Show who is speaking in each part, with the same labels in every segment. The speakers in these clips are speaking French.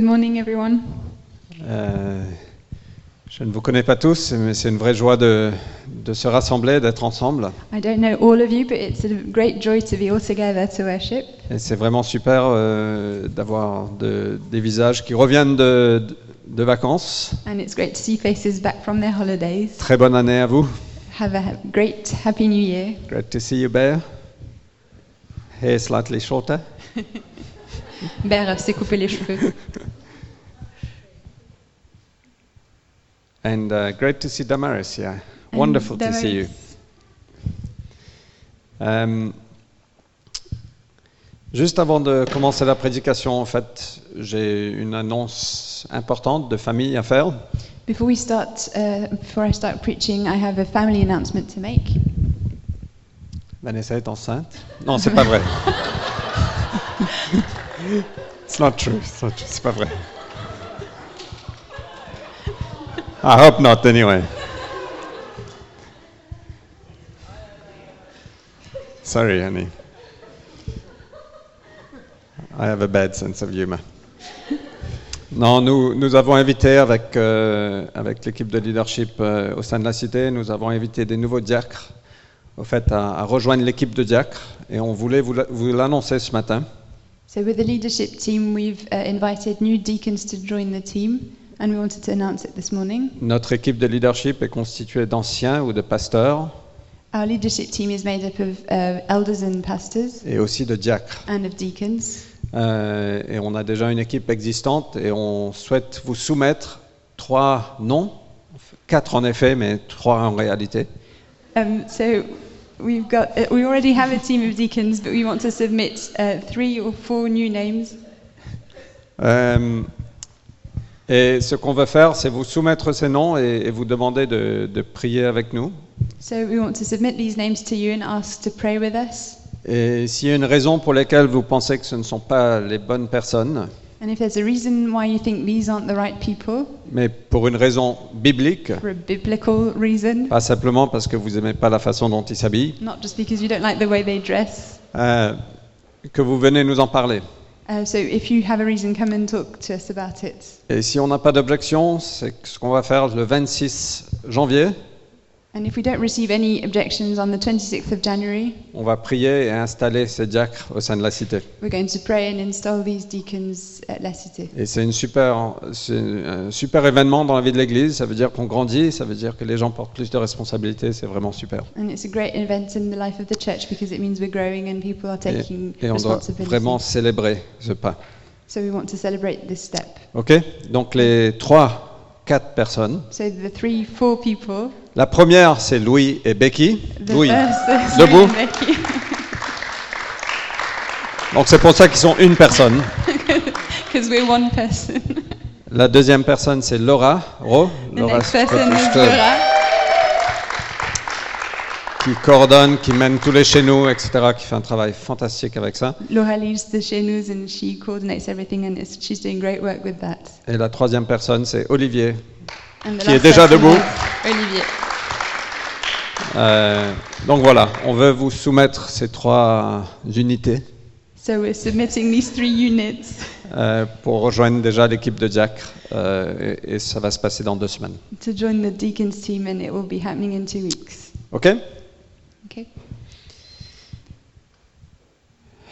Speaker 1: Good morning, everyone.
Speaker 2: Euh, je ne vous connais pas tous, mais c'est une vraie joie de, de se rassembler, d'être ensemble.
Speaker 1: I don't know all of you, but it's a great joy to be all together to worship.
Speaker 2: Et c'est vraiment super euh, d'avoir de- des visages qui reviennent de, de vacances.
Speaker 1: And it's great to see faces back from their holidays.
Speaker 2: Très bonne année à vous.
Speaker 1: Have a ha- great, happy new year.
Speaker 2: Great to see you, Bear. Hair slightly shorter.
Speaker 1: Bert s'est coupé les cheveux.
Speaker 2: And uh, great to see Damaris here. Wonderful
Speaker 1: And
Speaker 2: to see you. Euh, juste avant de commencer la prédication, en fait, j'ai une annonce importante de famille à faire.
Speaker 1: Before we start, uh, before I start preaching, I have a family announcement to make.
Speaker 2: Vanessa est enceinte. Non, c'est pas vrai. It's not true. It's not true. C'est pas vrai. I hope not, anyway. Sorry, honey. I have a bad sense of humor. Non, nous, nous avons invité avec, euh, avec l'équipe de leadership euh, au sein de la cité, nous avons invité des nouveaux diacres au fait, à, à rejoindre l'équipe de diacres et on voulait vous la- vous l'annoncer ce matin.
Speaker 1: So, with the leadership team, we've uh, invited new deacons to join the team, and we wanted to announce it this morning.
Speaker 2: Notre équipe de leadership est constituée d'anciens ou de pasteurs
Speaker 1: Our leadership team is made up of uh, elders and pastors
Speaker 2: et aussi de diacres.
Speaker 1: and of deacons.
Speaker 2: Euh, et on a déjà une équipe existante et on souhaite vous soumettre trois noms, quatre en effet, mais trois en réalité.
Speaker 1: Um, so we've got, uh, we already have a team of deacons, but we want to submit uh, three or four new names.
Speaker 2: Euh, et ce qu'on veut faire, c'est vous soumettre ces noms et, et vous demander de- de prier avec nous.
Speaker 1: So we want to submit these names to you and ask to pray with us.
Speaker 2: Et s'il y a une raison pour laquelle vous pensez que ce ne sont pas les bonnes personnes,
Speaker 1: And if there's a reason why you think these aren't the right people,
Speaker 2: mais pour une raison biblique,
Speaker 1: for a biblical reason,
Speaker 2: pas simplement parce que vous n'aimez pas la façon dont ils s'habillent,
Speaker 1: not just because you don't like the way they dress.
Speaker 2: euh, que vous venez nous en parler.
Speaker 1: Uh, so if you have a reason, come and talk to us about it.
Speaker 2: Et si on n'a pas d'objection, c'est que ce qu'on va faire le 26 janvier.
Speaker 1: And if we don't receive any objections on the 26th of January,
Speaker 2: On va prier et installer ces diacres au sein de la cité.
Speaker 1: we're going to pray and install these deacons at La Cité.
Speaker 2: Et c'est une super, c'est un super événement dans la vie de l'Église. Ça veut dire qu'on grandit, ça veut dire que les gens portent plus de responsabilités. C'est vraiment super.
Speaker 1: And it's a great event in the life of the church because it means we're growing and people are
Speaker 2: Et,
Speaker 1: taking
Speaker 2: et on doit
Speaker 1: responsibility.
Speaker 2: vraiment célébrer ce pas.
Speaker 1: So we want to celebrate this step.
Speaker 2: Ok Donc les trois, quatre personnes.
Speaker 1: So the three, four people.
Speaker 2: La première, c'est Louis et Becky.
Speaker 1: The
Speaker 2: Louis.
Speaker 1: first,
Speaker 2: Debout.
Speaker 1: Sorry, Becky,
Speaker 2: Donc c'est pour ça qu'ils sont une personne.
Speaker 1: because we're one person.
Speaker 2: La deuxième personne, c'est Laura. Ro,
Speaker 1: The
Speaker 2: Laura
Speaker 1: next person is
Speaker 2: Scott-Oster,
Speaker 1: Laura,
Speaker 2: qui coordonne, qui mène tous les chez nous, etc., qui fait un travail fantastique avec ça.
Speaker 1: Laura leads the Chenus and she coordinates everything and it's, she's doing great work with that.
Speaker 2: Et la troisième personne, c'est Olivier,
Speaker 1: And the
Speaker 2: Qui est
Speaker 1: last
Speaker 2: déjà
Speaker 1: person
Speaker 2: debout.
Speaker 1: is Olivier.
Speaker 2: Euh, donc voilà, on veut vous soumettre ces trois unités
Speaker 1: So we're submitting these three units
Speaker 2: euh, pour rejoindre déjà l'équipe de diacres euh, et, et ça va se passer dans deux semaines.
Speaker 1: to join the deacons team and it will be happening in two weeks.
Speaker 2: Ok
Speaker 1: Okay.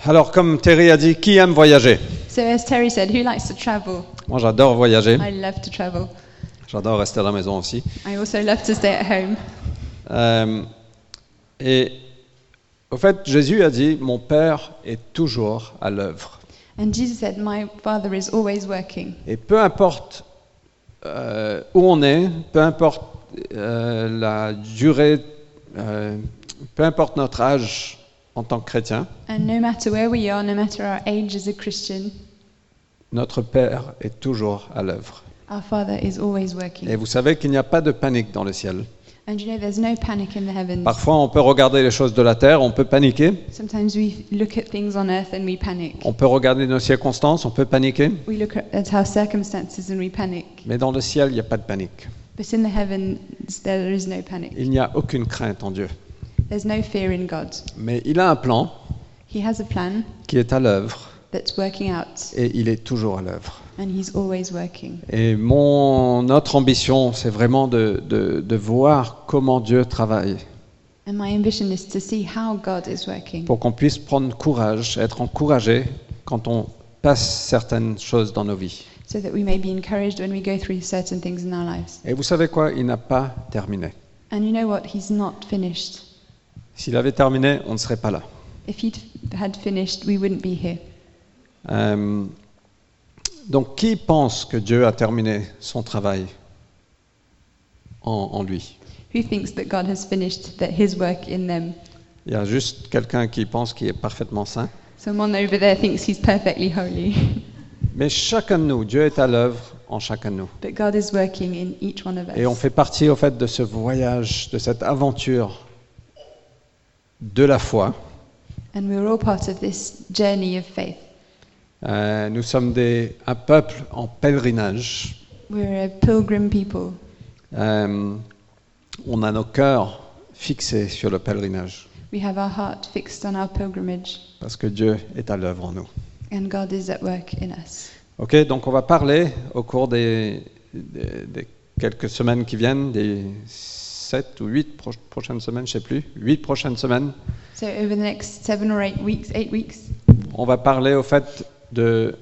Speaker 2: Alors comme Terry a dit, qui aime voyager
Speaker 1: So as Terry said, who likes to travel?
Speaker 2: Moi j'adore voyager,
Speaker 1: I love to travel.
Speaker 2: j'adore rester à la maison aussi.
Speaker 1: I also love to stay at home.
Speaker 2: Euh, et au fait, Jésus a dit, mon Père est toujours à l'œuvre.
Speaker 1: And Jesus said, My Father is always working.
Speaker 2: Et peu importe euh, où on est, peu importe euh, la durée, euh, peu importe notre âge en tant que chrétien,
Speaker 1: And no matter where we are, no matter our age as a Christian,
Speaker 2: notre Père est toujours à l'œuvre.
Speaker 1: our Father is always working.
Speaker 2: Et vous savez qu'il n'y a pas de panique dans le ciel.
Speaker 1: And you know, there's no panic in the heavens.
Speaker 2: Parfois, on peut regarder les choses de la terre, on peut paniquer,
Speaker 1: Sometimes we look at things on earth and we panic.
Speaker 2: on peut regarder nos circonstances, on peut paniquer,
Speaker 1: We look at at our circumstances and we panic.
Speaker 2: mais dans le ciel, il n'y a pas de panique.
Speaker 1: But in the heavens, there is no panic.
Speaker 2: Il n'y a aucune crainte en Dieu.
Speaker 1: There's no fear in God.
Speaker 2: Mais il a un plan
Speaker 1: He has a plan
Speaker 2: qui est à l'œuvre
Speaker 1: that's working out
Speaker 2: et il est toujours à l'œuvre.
Speaker 1: and he's always working.
Speaker 2: Et mon, notre ambition, c'est vraiment de, de- de voir comment Dieu travaille,
Speaker 1: And my ambition is to see how God is working
Speaker 2: pour qu'on puisse prendre courage, être encouragé quand on passe certaines choses dans nos vies.
Speaker 1: so that we may be encouraged when we go through certain things in our lives.
Speaker 2: Et vous savez quoi Il n'a pas terminé.
Speaker 1: And you know what? He's not finished.
Speaker 2: S'il avait terminé, on ne serait pas là.
Speaker 1: If he had finished, we wouldn't be here.
Speaker 2: Euh, donc, qui pense que Dieu a terminé son travail en, en lui
Speaker 1: Who thinks that God has finished that his work in them?
Speaker 2: Il y a juste quelqu'un qui pense qu'il est parfaitement saint.
Speaker 1: Someone over there thinks he's perfectly holy.
Speaker 2: Mais chacun de nous, Dieu est à l'œuvre en chacun de nous.
Speaker 1: but God is working in each one of us.
Speaker 2: Et on fait partie, au fait, de ce voyage, de cette aventure de la foi.
Speaker 1: And we're all part of this journey of faith.
Speaker 2: Euh, nous sommes des, un peuple en pèlerinage.
Speaker 1: We're a pilgrim people.
Speaker 2: Euh, on a nos cœurs fixés sur le pèlerinage,
Speaker 1: We have our heart fixed on our pilgrimage,
Speaker 2: parce que Dieu est à l'œuvre en nous.
Speaker 1: and God is at work in us.
Speaker 2: Ok, donc on va parler au cours des, des- des quelques semaines qui viennent, des sept ou huit pro- prochaines semaines, je ne sais plus, huit prochaines semaines,
Speaker 1: So, over the next seven or eight weeks, eight weeks,
Speaker 2: on va parler au fait de,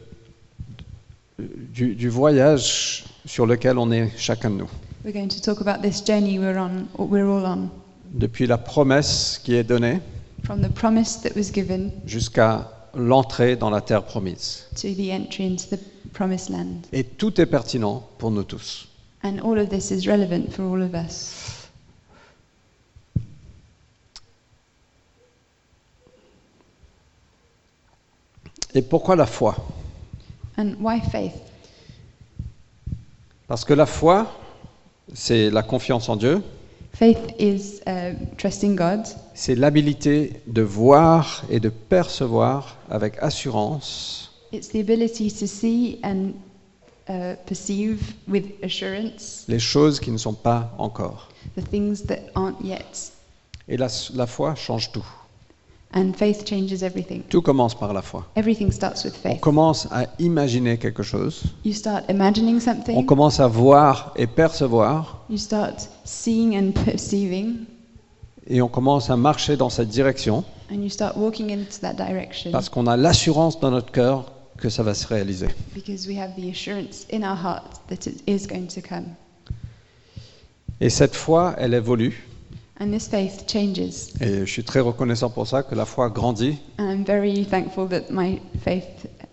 Speaker 2: du, du voyage sur lequel on est chacun de nous,
Speaker 1: we're going to talk about this journey we're on, or we're all on,
Speaker 2: depuis la promesse qui est donnée
Speaker 1: from the promise that was given
Speaker 2: jusqu'à l'entrée dans la terre promise.
Speaker 1: to the entry into the promised land.
Speaker 2: Et tout est pertinent pour nous tous.
Speaker 1: And all of this is relevant for all of us.
Speaker 2: Et pourquoi la foi
Speaker 1: And why faith?
Speaker 2: Parce que la foi, c'est la confiance en Dieu,
Speaker 1: Faith is uh, trusting God.
Speaker 2: c'est l'habilité de voir et de percevoir avec assurance
Speaker 1: It's the ability to see and uh, perceive with assurance
Speaker 2: les choses qui ne sont pas encore.
Speaker 1: the things that aren't yet.
Speaker 2: Et la, la foi change tout.
Speaker 1: And faith changes everything.
Speaker 2: Tout commence par la foi.
Speaker 1: Everything starts with
Speaker 2: On
Speaker 1: faith.
Speaker 2: commence à imaginer quelque chose,
Speaker 1: You start imagining
Speaker 2: on
Speaker 1: something,
Speaker 2: commence à voir et percevoir,
Speaker 1: you start seeing and perceiving,
Speaker 2: et on commence à marcher dans cette direction
Speaker 1: and you start walking into that direction
Speaker 2: parce qu'on a l'assurance dans notre cœur que ça va se réaliser.
Speaker 1: because we have the assurance in our heart that it is going to come.
Speaker 2: Et cette foi, elle évolue,
Speaker 1: And this faith changes.
Speaker 2: et je suis très reconnaissant pour ça, que la foi grandit,
Speaker 1: And I'm very thankful that my faith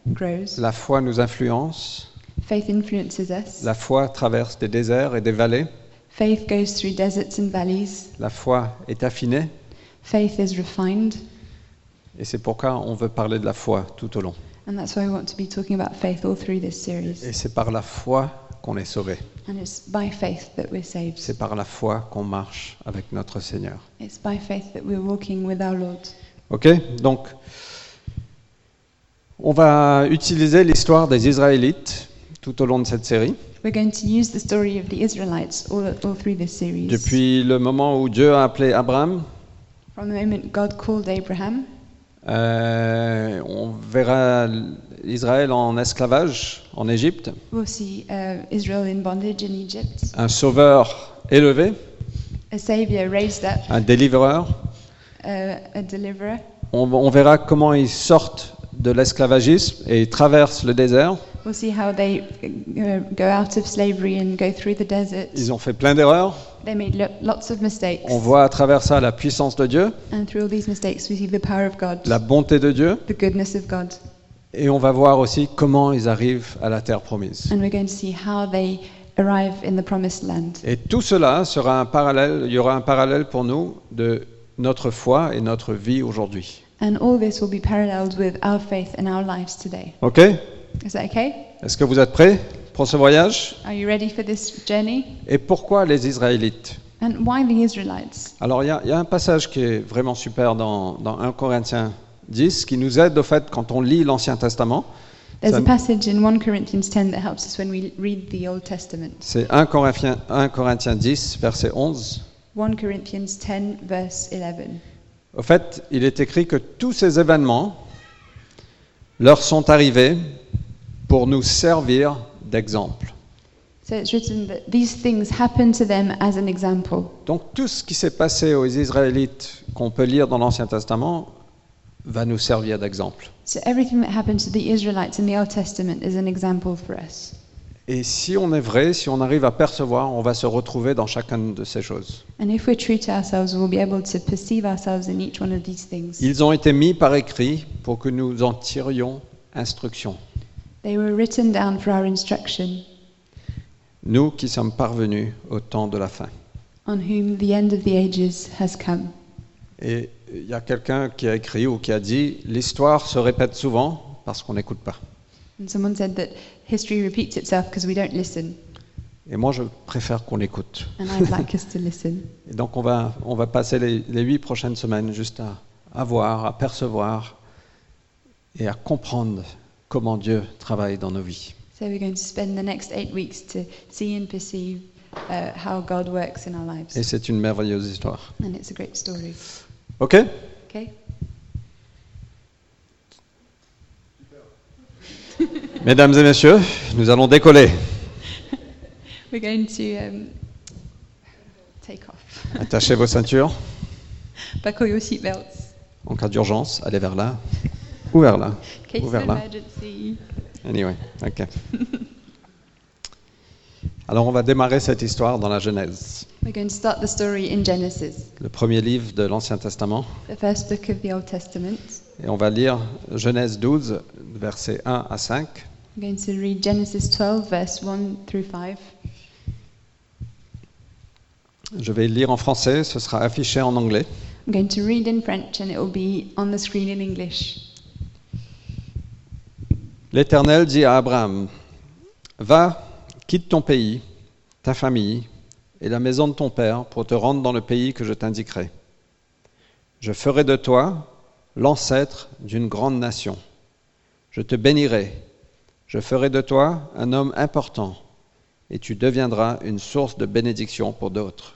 Speaker 1: grows.
Speaker 2: la foi nous influence,
Speaker 1: Faith influences us.
Speaker 2: la foi traverse des déserts et des vallées,
Speaker 1: Faith goes through deserts and valleys.
Speaker 2: la foi est affinée,
Speaker 1: Faith is refined.
Speaker 2: et c'est pourquoi on veut parler de la foi tout au long.
Speaker 1: And that's why we want to be talking about faith all through this
Speaker 2: Et
Speaker 1: series.
Speaker 2: c'est par la foi qu'on est sauvé,
Speaker 1: And it's by faith that we're saved.
Speaker 2: c'est par la foi qu'on marche avec notre Seigneur.
Speaker 1: It's by faith that we're walking with our Lord.
Speaker 2: Ok Donc, on va utiliser l'histoire des Israélites tout au long de cette série.
Speaker 1: We're going to use the story of the Israelites all, all through this series.
Speaker 2: Depuis le moment où Dieu a appelé Abraham,
Speaker 1: From the moment God called Abraham,
Speaker 2: euh, on verra Israël en esclavage en Égypte,
Speaker 1: we'll see uh, Israel in bondage in Egypt,
Speaker 2: un sauveur élevé,
Speaker 1: a savior raised up,
Speaker 2: un délivreur.
Speaker 1: uh, a deliverer.
Speaker 2: On, on verra comment ils sortent de l'esclavagisme et ils traversent le désert.
Speaker 1: We'll see how they uh, go out of slavery and go through the desert.
Speaker 2: Ils ont fait plein d'erreurs.
Speaker 1: They made lo- lots of mistakes.
Speaker 2: On voit à travers ça la puissance de Dieu,
Speaker 1: And through all these mistakes, we see the power of God,
Speaker 2: la bonté de Dieu.
Speaker 1: the goodness of God.
Speaker 2: Et on va voir aussi comment ils arrivent à la terre promise.
Speaker 1: And we're going to see how they arrive in the promised land.
Speaker 2: Et tout cela sera un parallèle, il y aura un parallèle pour nous de notre foi et notre vie aujourd'hui.
Speaker 1: And all this will be paralleled with our faith and our lives today.
Speaker 2: Ok Est-ce
Speaker 1: Is that okay?
Speaker 2: que vous êtes prêts pour ce voyage
Speaker 1: Are you ready for this journey?
Speaker 2: Et pourquoi les Israélites
Speaker 1: And why the Israelites?
Speaker 2: Alors il y, a- il y a un passage qui est vraiment super dans, dans 1 Corinthiens 10 qui nous aide au fait quand on lit l'Ancien Testament.
Speaker 1: There's
Speaker 2: Ça-
Speaker 1: a passage in 1 Corinthians 10 that helps us when we read the Old Testament.
Speaker 2: C'est 1 Corinthiens, 1 Corinthiens 10, verset 11.
Speaker 1: 1 Corinthians 10, verse 11.
Speaker 2: Au fait, il est écrit que tous ces événements leur sont arrivés pour nous servir d'exemple.
Speaker 1: So it's written that these things happened to them as an example.
Speaker 2: Donc tout ce qui s'est passé aux Israélites qu'on peut lire dans l'Ancien Testament va nous servir d'exemple.
Speaker 1: So everything that happened to the Israelites in the Old Testament is an example for us.
Speaker 2: Et si on est vrai, si on arrive à percevoir, on va se retrouver dans chacune de ces choses.
Speaker 1: And if we're true to ourselves, we'll be able to perceive ourselves in each one of these things.
Speaker 2: Ils ont été mis par écrit pour que nous en tirions instruction.
Speaker 1: They were written down for our instruction,
Speaker 2: Nous qui sommes parvenus au temps de la fin.
Speaker 1: on whom the end of the ages has come.
Speaker 2: Et il y a quelqu'un qui a écrit ou qui a dit l'histoire se répète souvent parce qu'on n'écoute pas.
Speaker 1: And someone said that history repeats itself because we don't listen,
Speaker 2: Et moi, je préfère qu'on l'écoute.
Speaker 1: and I'd like us to listen.
Speaker 2: Et donc, on va, on va passer les, les huit prochaines semaines juste à, à voir, à percevoir et à comprendre comment Dieu travaille dans nos vies.
Speaker 1: So we're going to spend the next eight weeks to see and perceive uh, how God works in our lives.
Speaker 2: Et c'est une merveilleuse histoire.
Speaker 1: and it's a great story.
Speaker 2: OK
Speaker 1: Okay?
Speaker 2: Mesdames et messieurs, nous allons décoller.
Speaker 1: We're going to um, take off.
Speaker 2: Attachez vos ceintures.
Speaker 1: Buckle your seatbelts.
Speaker 2: En cas d'urgence, allez vers là ou vers là.
Speaker 1: Case
Speaker 2: Ou
Speaker 1: of
Speaker 2: vers là.
Speaker 1: emergency.
Speaker 2: Anyway, OK. Alors, on va démarrer cette histoire dans la Genèse,
Speaker 1: We're going to start the story in Genesis,
Speaker 2: le premier livre de l'Ancien Testament.
Speaker 1: the first book of the Old Testament.
Speaker 2: Et on va lire Genèse 12, versets 1 à
Speaker 1: I'm
Speaker 2: 5.
Speaker 1: going to read Genesis 12, verse 1 through 5.
Speaker 2: Je vais lire en français, ce sera affiché en anglais.
Speaker 1: I'm going to read in French and it will be on the screen in English.
Speaker 2: L'Éternel dit à Abraham, Va, quitte ton pays, ta famille et la maison de ton père pour te rendre dans le pays que je t'indiquerai. Je ferai de toi l'ancêtre d'une grande nation. Je te bénirai. Je ferai de toi un homme important et tu deviendras une source de bénédiction pour d'autres.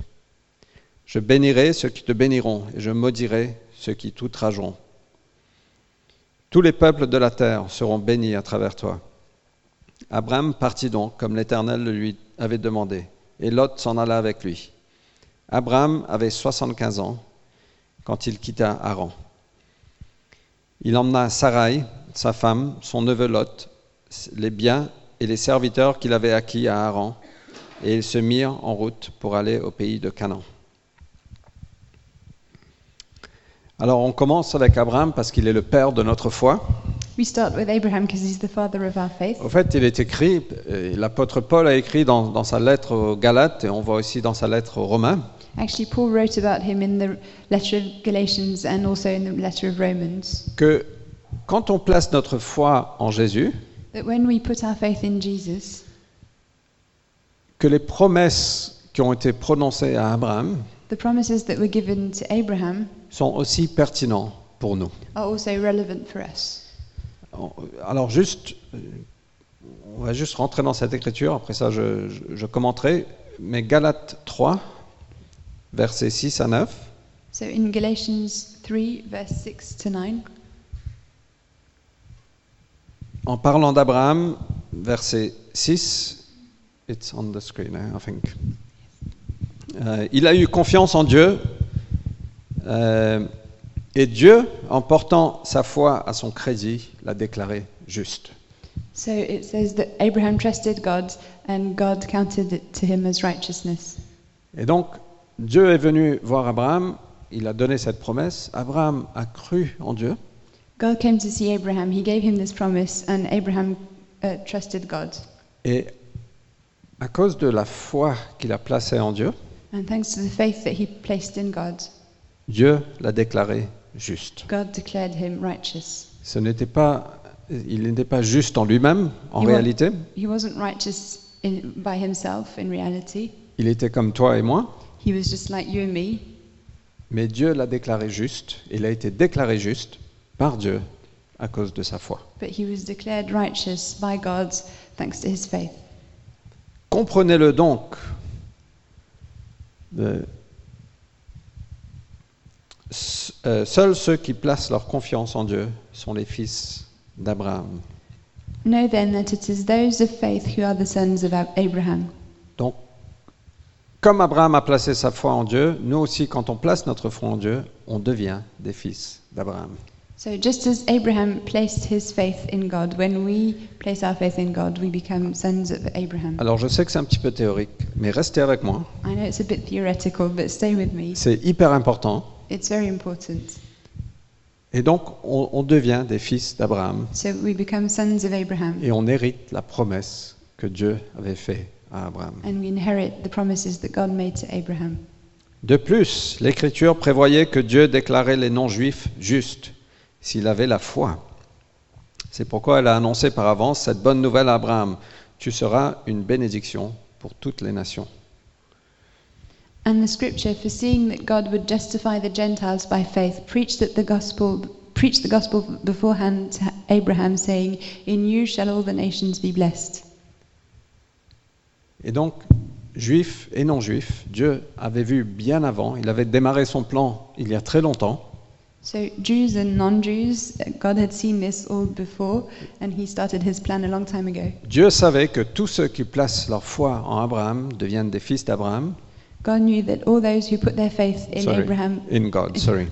Speaker 2: Je bénirai ceux qui te béniront et je maudirai ceux qui t'outrageront. Tous les peuples de la terre seront bénis à travers toi. Abraham partit donc, comme l'Éternel le lui avait demandé, et Lot s'en alla avec lui. Abraham avait 75 ans quand il quitta Haran. Il emmena Sarai, sa femme, son neveu Lot, les biens et les serviteurs qu'il avait acquis à Haran, et ils se mirent en route pour aller au pays de Canaan. Alors on commence avec Abraham parce qu'il est le père de notre foi.
Speaker 1: We start with Abraham because he's the father of our faith.
Speaker 2: Au fait, il est écrit, et l'apôtre Paul a écrit dans, dans sa lettre aux Galates, et on voit aussi dans sa lettre aux Romains,
Speaker 1: Actually, Paul wrote about him in the letter of Galatians and also in the letter of Romans.
Speaker 2: que quand on place notre foi en Jésus,
Speaker 1: That when we put our faith in Jesus,
Speaker 2: que les promesses qui ont été prononcées à Abraham
Speaker 1: the promises that were given to Abraham
Speaker 2: sont aussi pertinentes pour nous.
Speaker 1: are also relevant for us.
Speaker 2: Alors juste, euh, on va juste rentrer dans cette écriture, après ça je, je- je commenterai, mais Galates 3, versets 6 à 9.
Speaker 1: So in Galatians 3, verse 6 to 9,
Speaker 2: En parlant d'Abraham, verset 6, it's on the screen, eh, I think. Euh, il a eu confiance en Dieu, euh, et Dieu, en portant sa foi à son crédit, l'a déclaré juste.
Speaker 1: so it says that Abraham trusted God and God counted it to him as righteousness.
Speaker 2: Et donc, Dieu est venu voir Abraham, il a donné cette promesse. Abraham a cru en Dieu,
Speaker 1: God came to see Abraham, he gave him this promise, and Abraham uh, trusted God.
Speaker 2: et à cause de la foi qu'il a placée en Dieu,
Speaker 1: And thanks to the faith that he placed in God,
Speaker 2: Dieu l'a déclaré juste.
Speaker 1: God declared him righteous.
Speaker 2: Ce n'était pas, il n'était pas juste en lui-même, en
Speaker 1: Il va-
Speaker 2: réalité.
Speaker 1: He wasn't righteous in, by himself in reality,
Speaker 2: Il était comme toi et moi,
Speaker 1: he was just like you and me,
Speaker 2: mais Dieu l'a déclaré juste. Il a été déclaré juste par Dieu à cause de sa foi.
Speaker 1: but he was declared righteous by God thanks to his faith.
Speaker 2: Comprenez-le donc. Euh, s- euh, seuls ceux qui placent leur confiance en Dieu sont les fils d'Abraham.
Speaker 1: Know then that it is those of faith who are the sons of Ab- Abraham.
Speaker 2: Donc, comme Abraham a placé sa foi en Dieu, nous aussi, quand on place notre foi en Dieu, on devient des fils d'Abraham.
Speaker 1: So just as Abraham placed his faith in God, when we place our faith in God, we become sons of Abraham.
Speaker 2: Alors, je sais que c'est un petit peu théorique, mais restez avec moi.
Speaker 1: I know it's a bit theoretical, but stay with me.
Speaker 2: C'est hyper important.
Speaker 1: It's very important.
Speaker 2: Et donc, on, on devient des fils d'Abraham
Speaker 1: So we become sons of Abraham
Speaker 2: et on hérite la promesse que Dieu avait faite à Abraham.
Speaker 1: and we inherit the promises that God made to Abraham.
Speaker 2: De plus, l'Écriture prévoyait que Dieu déclarait les non-juifs justes s'il avait la foi. C'est pourquoi elle a annoncé par avance cette bonne nouvelle à Abraham. Tu seras une bénédiction pour toutes les nations.
Speaker 1: And the scripture, foreseeing that God would justify the Gentiles by faith, preached that the gospel preached the gospel beforehand to Abraham, saying, In you shall all the nations be blessed.
Speaker 2: Et donc, juifs et non-juifs, Dieu avait vu bien avant, il avait démarré son plan il y a très longtemps,
Speaker 1: So Jews and non Jews, God had seen this all before, and he started his plan a long time ago.
Speaker 2: Dieu savait que tous ceux qui placent leur foi en Abraham deviennent des fils d'Abraham.
Speaker 1: God knew that all those who put their faith in
Speaker 2: Sorry.
Speaker 1: Abraham,
Speaker 2: In God, sorry.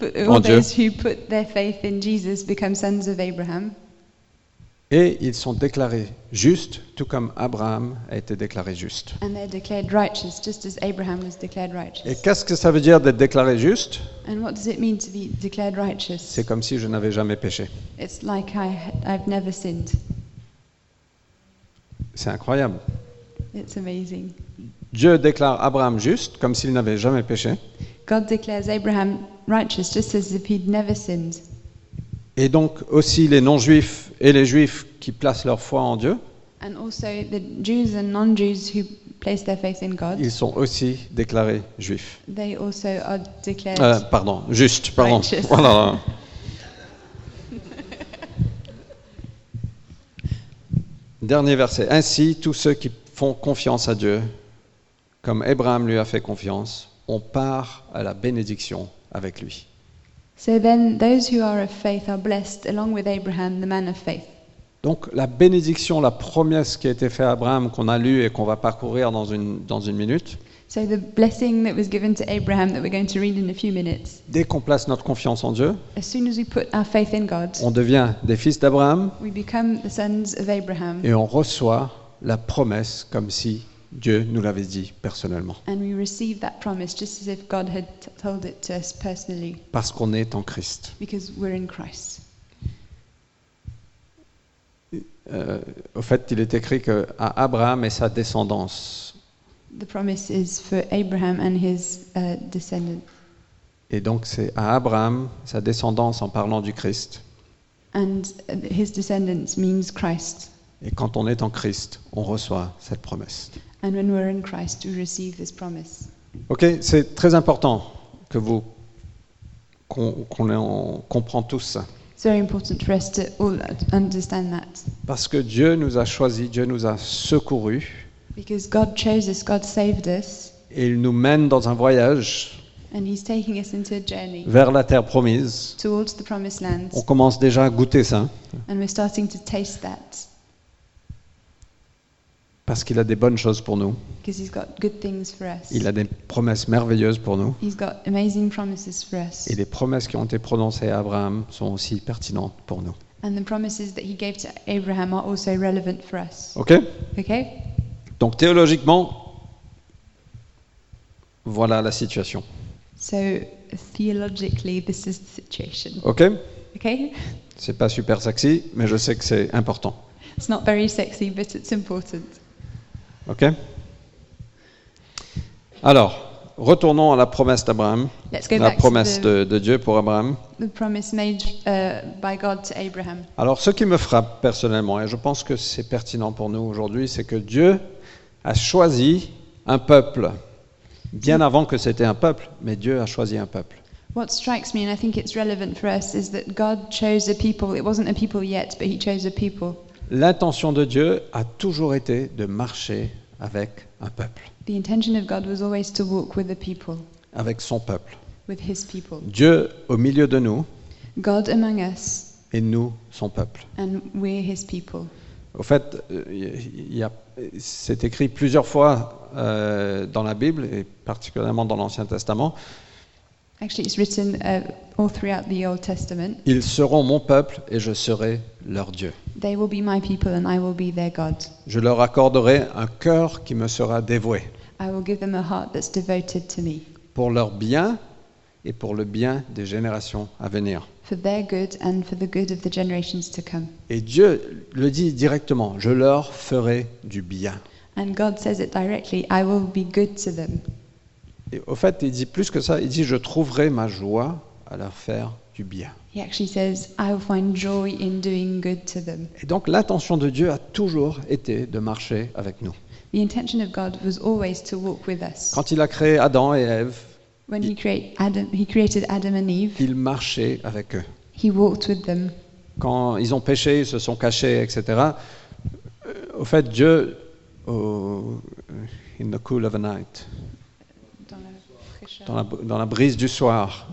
Speaker 1: but
Speaker 2: En
Speaker 1: all
Speaker 2: Dieu.
Speaker 1: those who put their faith in Jesus become sons of Abraham,
Speaker 2: Et ils sont déclarés justes, tout comme Abraham a été déclaré juste.
Speaker 1: and they're declared righteous, just as Abraham was declared
Speaker 2: Et
Speaker 1: righteous.
Speaker 2: qu'est-ce que ça veut dire d'être déclaré juste
Speaker 1: And what does it mean to be declared righteous?
Speaker 2: C'est comme si je n'avais jamais péché.
Speaker 1: It's like I, I've never sinned.
Speaker 2: C'est incroyable.
Speaker 1: It's amazing.
Speaker 2: Dieu déclare Abraham juste, comme s'il n'avait jamais péché.
Speaker 1: God declares Abraham righteous, just as if he'd never sinned.
Speaker 2: Et donc aussi les non-juifs et les juifs qui placent leur foi en Dieu,
Speaker 1: And also the Jews and non-Jews who place their faith in God.
Speaker 2: ils sont aussi déclarés juifs.
Speaker 1: They also are declared.
Speaker 2: Euh, pardon, juste, pardon.
Speaker 1: Righteous.
Speaker 2: Voilà. Dernier verset. Ainsi, tous ceux qui font confiance à Dieu, comme Abraham lui a fait confiance, on part à la bénédiction avec lui.
Speaker 1: so then, those who are of faith are blessed, along with Abraham, the man of faith.
Speaker 2: Donc la bénédiction, la promesse qui a été faite à Abraham, qu'on a lue et qu'on va parcourir dans une, dans une minute,
Speaker 1: So the blessing that was given to Abraham, that we're going to read in a few minutes.
Speaker 2: dès qu'on place notre confiance en Dieu,
Speaker 1: As soon as we put our faith in God,
Speaker 2: on devient des fils d'Abraham
Speaker 1: we become the sons of Abraham,
Speaker 2: et on reçoit la promesse comme si Dieu nous l'avait dit personnellement.
Speaker 1: and we receive that promise just as if God had t- told it to us personally,
Speaker 2: parce qu'on est en Christ.
Speaker 1: because we're in Christ.
Speaker 2: Euh, au fait, il est écrit que à Abraham et sa descendance.
Speaker 1: The promise is for Abraham and his uh, descendant,
Speaker 2: Et donc c'est à Abraham, sa descendance en parlant du Christ.
Speaker 1: and uh, his descendants means Christ.
Speaker 2: Et quand on est en Christ, on reçoit cette promesse.
Speaker 1: And when we're in Christ, we receive this promise.
Speaker 2: Ok, c'est très important que vous qu'on qu'on ait- on comprend tous ça.
Speaker 1: It's very important for us to all understand that
Speaker 2: Parce que Dieu nous a choisis, Dieu nous a secourus,
Speaker 1: because God chose us, God saved us,
Speaker 2: et il nous mène dans un voyage
Speaker 1: and He's taking us into a journey
Speaker 2: vers la terre promise.
Speaker 1: towards the promised land,
Speaker 2: On commence déjà à goûter ça,
Speaker 1: and we're starting to taste that
Speaker 2: parce qu'il a des bonnes choses pour nous.
Speaker 1: because He's got good things for us.
Speaker 2: Il a des promesses merveilleuses pour nous.
Speaker 1: He's got amazing promises for us,
Speaker 2: Et les promesses qui ont été prononcées à Abraham sont aussi pertinentes pour nous.
Speaker 1: and the promises that He gave to Abraham are also relevant for us.
Speaker 2: OK
Speaker 1: Okay?
Speaker 2: Donc théologiquement, voilà la situation.
Speaker 1: So theologically, this is the situation.
Speaker 2: OK
Speaker 1: Okay?
Speaker 2: C'est pas super sexy, mais je sais que c'est important.
Speaker 1: It's not very sexy, but it's important.
Speaker 2: OK Alors, retournons à la promesse d'Abraham,
Speaker 1: Let's go
Speaker 2: la
Speaker 1: back to
Speaker 2: promesse
Speaker 1: the,
Speaker 2: de, de Dieu pour Abraham.
Speaker 1: the promise made uh, by God to Abraham.
Speaker 2: Alors, ce qui me frappe personnellement, et je pense que c'est pertinent pour nous aujourd'hui, c'est que Dieu a choisi un peuple. Bien avant que c'était un peuple, mais Dieu a choisi un peuple.
Speaker 1: What strikes me, and I think it's relevant for us, is that God chose a people. It wasn't a people yet, but He chose a people.
Speaker 2: L'intention de Dieu a toujours été de marcher avec un peuple,
Speaker 1: The intention of God was always to walk with the people,
Speaker 2: avec son peuple.
Speaker 1: with His people.
Speaker 2: Dieu au milieu de nous,
Speaker 1: God among us,
Speaker 2: et nous, son peuple.
Speaker 1: and we're his people.
Speaker 2: Au fait, euh, il y a- c'est écrit plusieurs fois euh, dans la Bible, et particulièrement dans l'Ancien Testament,
Speaker 1: Actually, it's written uh, all throughout the Old Testament.
Speaker 2: Ils seront mon peuple et je serai leur Dieu.
Speaker 1: They will be my people and I will be their God.
Speaker 2: Je leur accorderai un cœur qui me sera dévoué
Speaker 1: I will give them a heart that's devoted to me
Speaker 2: pour leur bien et pour le bien des générations à venir.
Speaker 1: for their good and for the good of the generations to come.
Speaker 2: Et Dieu le dit directement, je leur ferai du bien.
Speaker 1: And God says it directly I will be good to them.
Speaker 2: Et au fait, il dit plus que ça, il dit, je trouverai ma joie à leur faire du bien.
Speaker 1: He actually says, I will find joy in doing good to them.
Speaker 2: Et donc l'intention de Dieu a toujours été de marcher avec nous.
Speaker 1: The intention of God was always to walk with us.
Speaker 2: Quand il a créé Adam et Ève,
Speaker 1: When he, create Adam, he created Adam and Eve,
Speaker 2: il marchait avec eux.
Speaker 1: he walked with them.
Speaker 2: quand ils ont péché, ils se sont cachés, etc. Euh, Au fait, Dieu, au- in the cool of the night, dans la, dans la brise du soir,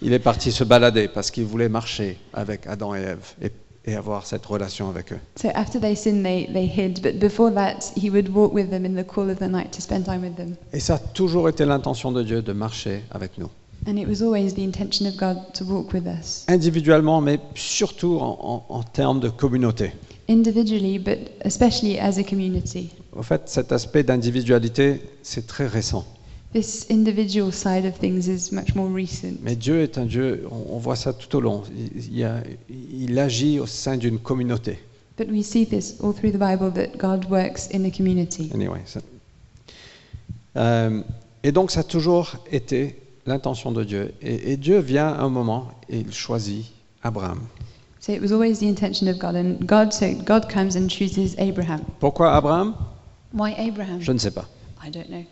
Speaker 2: il est parti se balader parce qu'il voulait marcher avec Adam et Ève et, et avoir cette relation avec eux.
Speaker 1: So after they sinned, they, they hid, but before that, he would walk with them in the cool of the night to spend time with them.
Speaker 2: Et ça a toujours été l'intention de Dieu de marcher avec nous,
Speaker 1: And it was always the intention of God to walk with us,
Speaker 2: individuellement, mais surtout en, en- en termes de communauté.
Speaker 1: individually, but especially as a community.
Speaker 2: Au fait, cet aspect d'individualité, c'est très récent.
Speaker 1: This individual side of things is much more recent,
Speaker 2: Mais Dieu est un Dieu, on on voit ça tout au long. Il, il y a- il agit au sein d'une communauté.
Speaker 1: but we see this all through the Bible that God works in a community.
Speaker 2: Anyway, ça- Euh, et donc ça a toujours été l'intention de Dieu. Et, et Dieu vient à un moment et il choisit Abraham.
Speaker 1: So it was always the intention of God, and God so God comes and chooses Abraham.
Speaker 2: Pourquoi Abraham
Speaker 1: Why Abraham?
Speaker 2: Je ne sais pas.
Speaker 1: I don't know.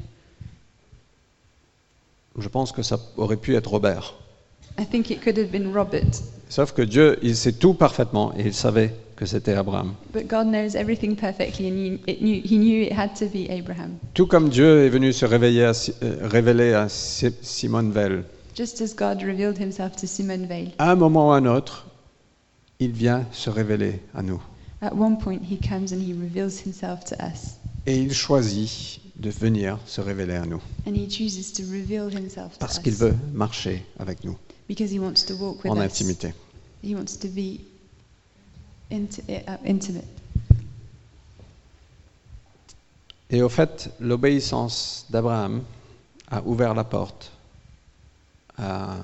Speaker 2: Je pense que ça aurait pu être Robert.
Speaker 1: I think it could have been Robert,
Speaker 2: Sauf que Dieu, il sait tout parfaitement et il savait que c'était Abraham.
Speaker 1: but God knows everything perfectly, and he, it knew, he knew it had to be Abraham.
Speaker 2: Tout comme Dieu est venu se réveiller à Si- euh, révéler à Si- Simone Veil.
Speaker 1: Just as God revealed himself to Simone Veil,
Speaker 2: à un moment ou à un autre, il vient se révéler à nous.
Speaker 1: at one point he comes and he reveals himself to us,
Speaker 2: Et il choisit de venir se révéler à nous.
Speaker 1: and he chooses to reveal himself
Speaker 2: Parce
Speaker 1: to
Speaker 2: qu'il
Speaker 1: us
Speaker 2: veut marcher avec nous
Speaker 1: because he wants to walk with
Speaker 2: en
Speaker 1: us.
Speaker 2: intimité.
Speaker 1: He wants to be inti- uh, intimate.
Speaker 2: Et au fait, l'obéissance d'Abraham a ouvert la porte à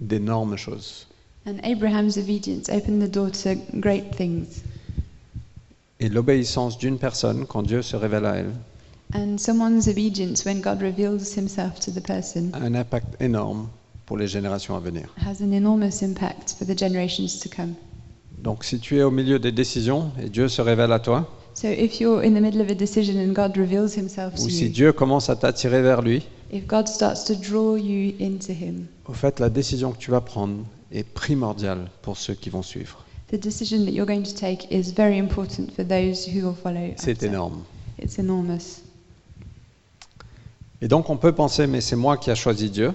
Speaker 2: d'énormes choses.
Speaker 1: And Abraham's obedience opened the door to great things.
Speaker 2: Et l'obéissance d'une personne, quand Dieu se révèle à elle,
Speaker 1: And someone's obedience, when God reveals himself to the person,
Speaker 2: a un impact énorme pour les générations à venir.
Speaker 1: has an enormous impact for the generations to come.
Speaker 2: Donc si tu es au milieu des décisions et Dieu se révèle à toi,
Speaker 1: So if you're in the middle of a decision and God reveals himself to
Speaker 2: ou si
Speaker 1: you,
Speaker 2: Dieu commence à t'attirer vers lui,
Speaker 1: if God starts to draw you into him,
Speaker 2: Au fait, la décision que tu vas prendre est primordiale pour ceux qui vont suivre.
Speaker 1: the decision that you're going to take is very important for those who will follow.
Speaker 2: C'est
Speaker 1: after.
Speaker 2: énorme.
Speaker 1: It's enormous.
Speaker 2: Et donc on peut penser, mais c'est moi qui a choisi Dieu,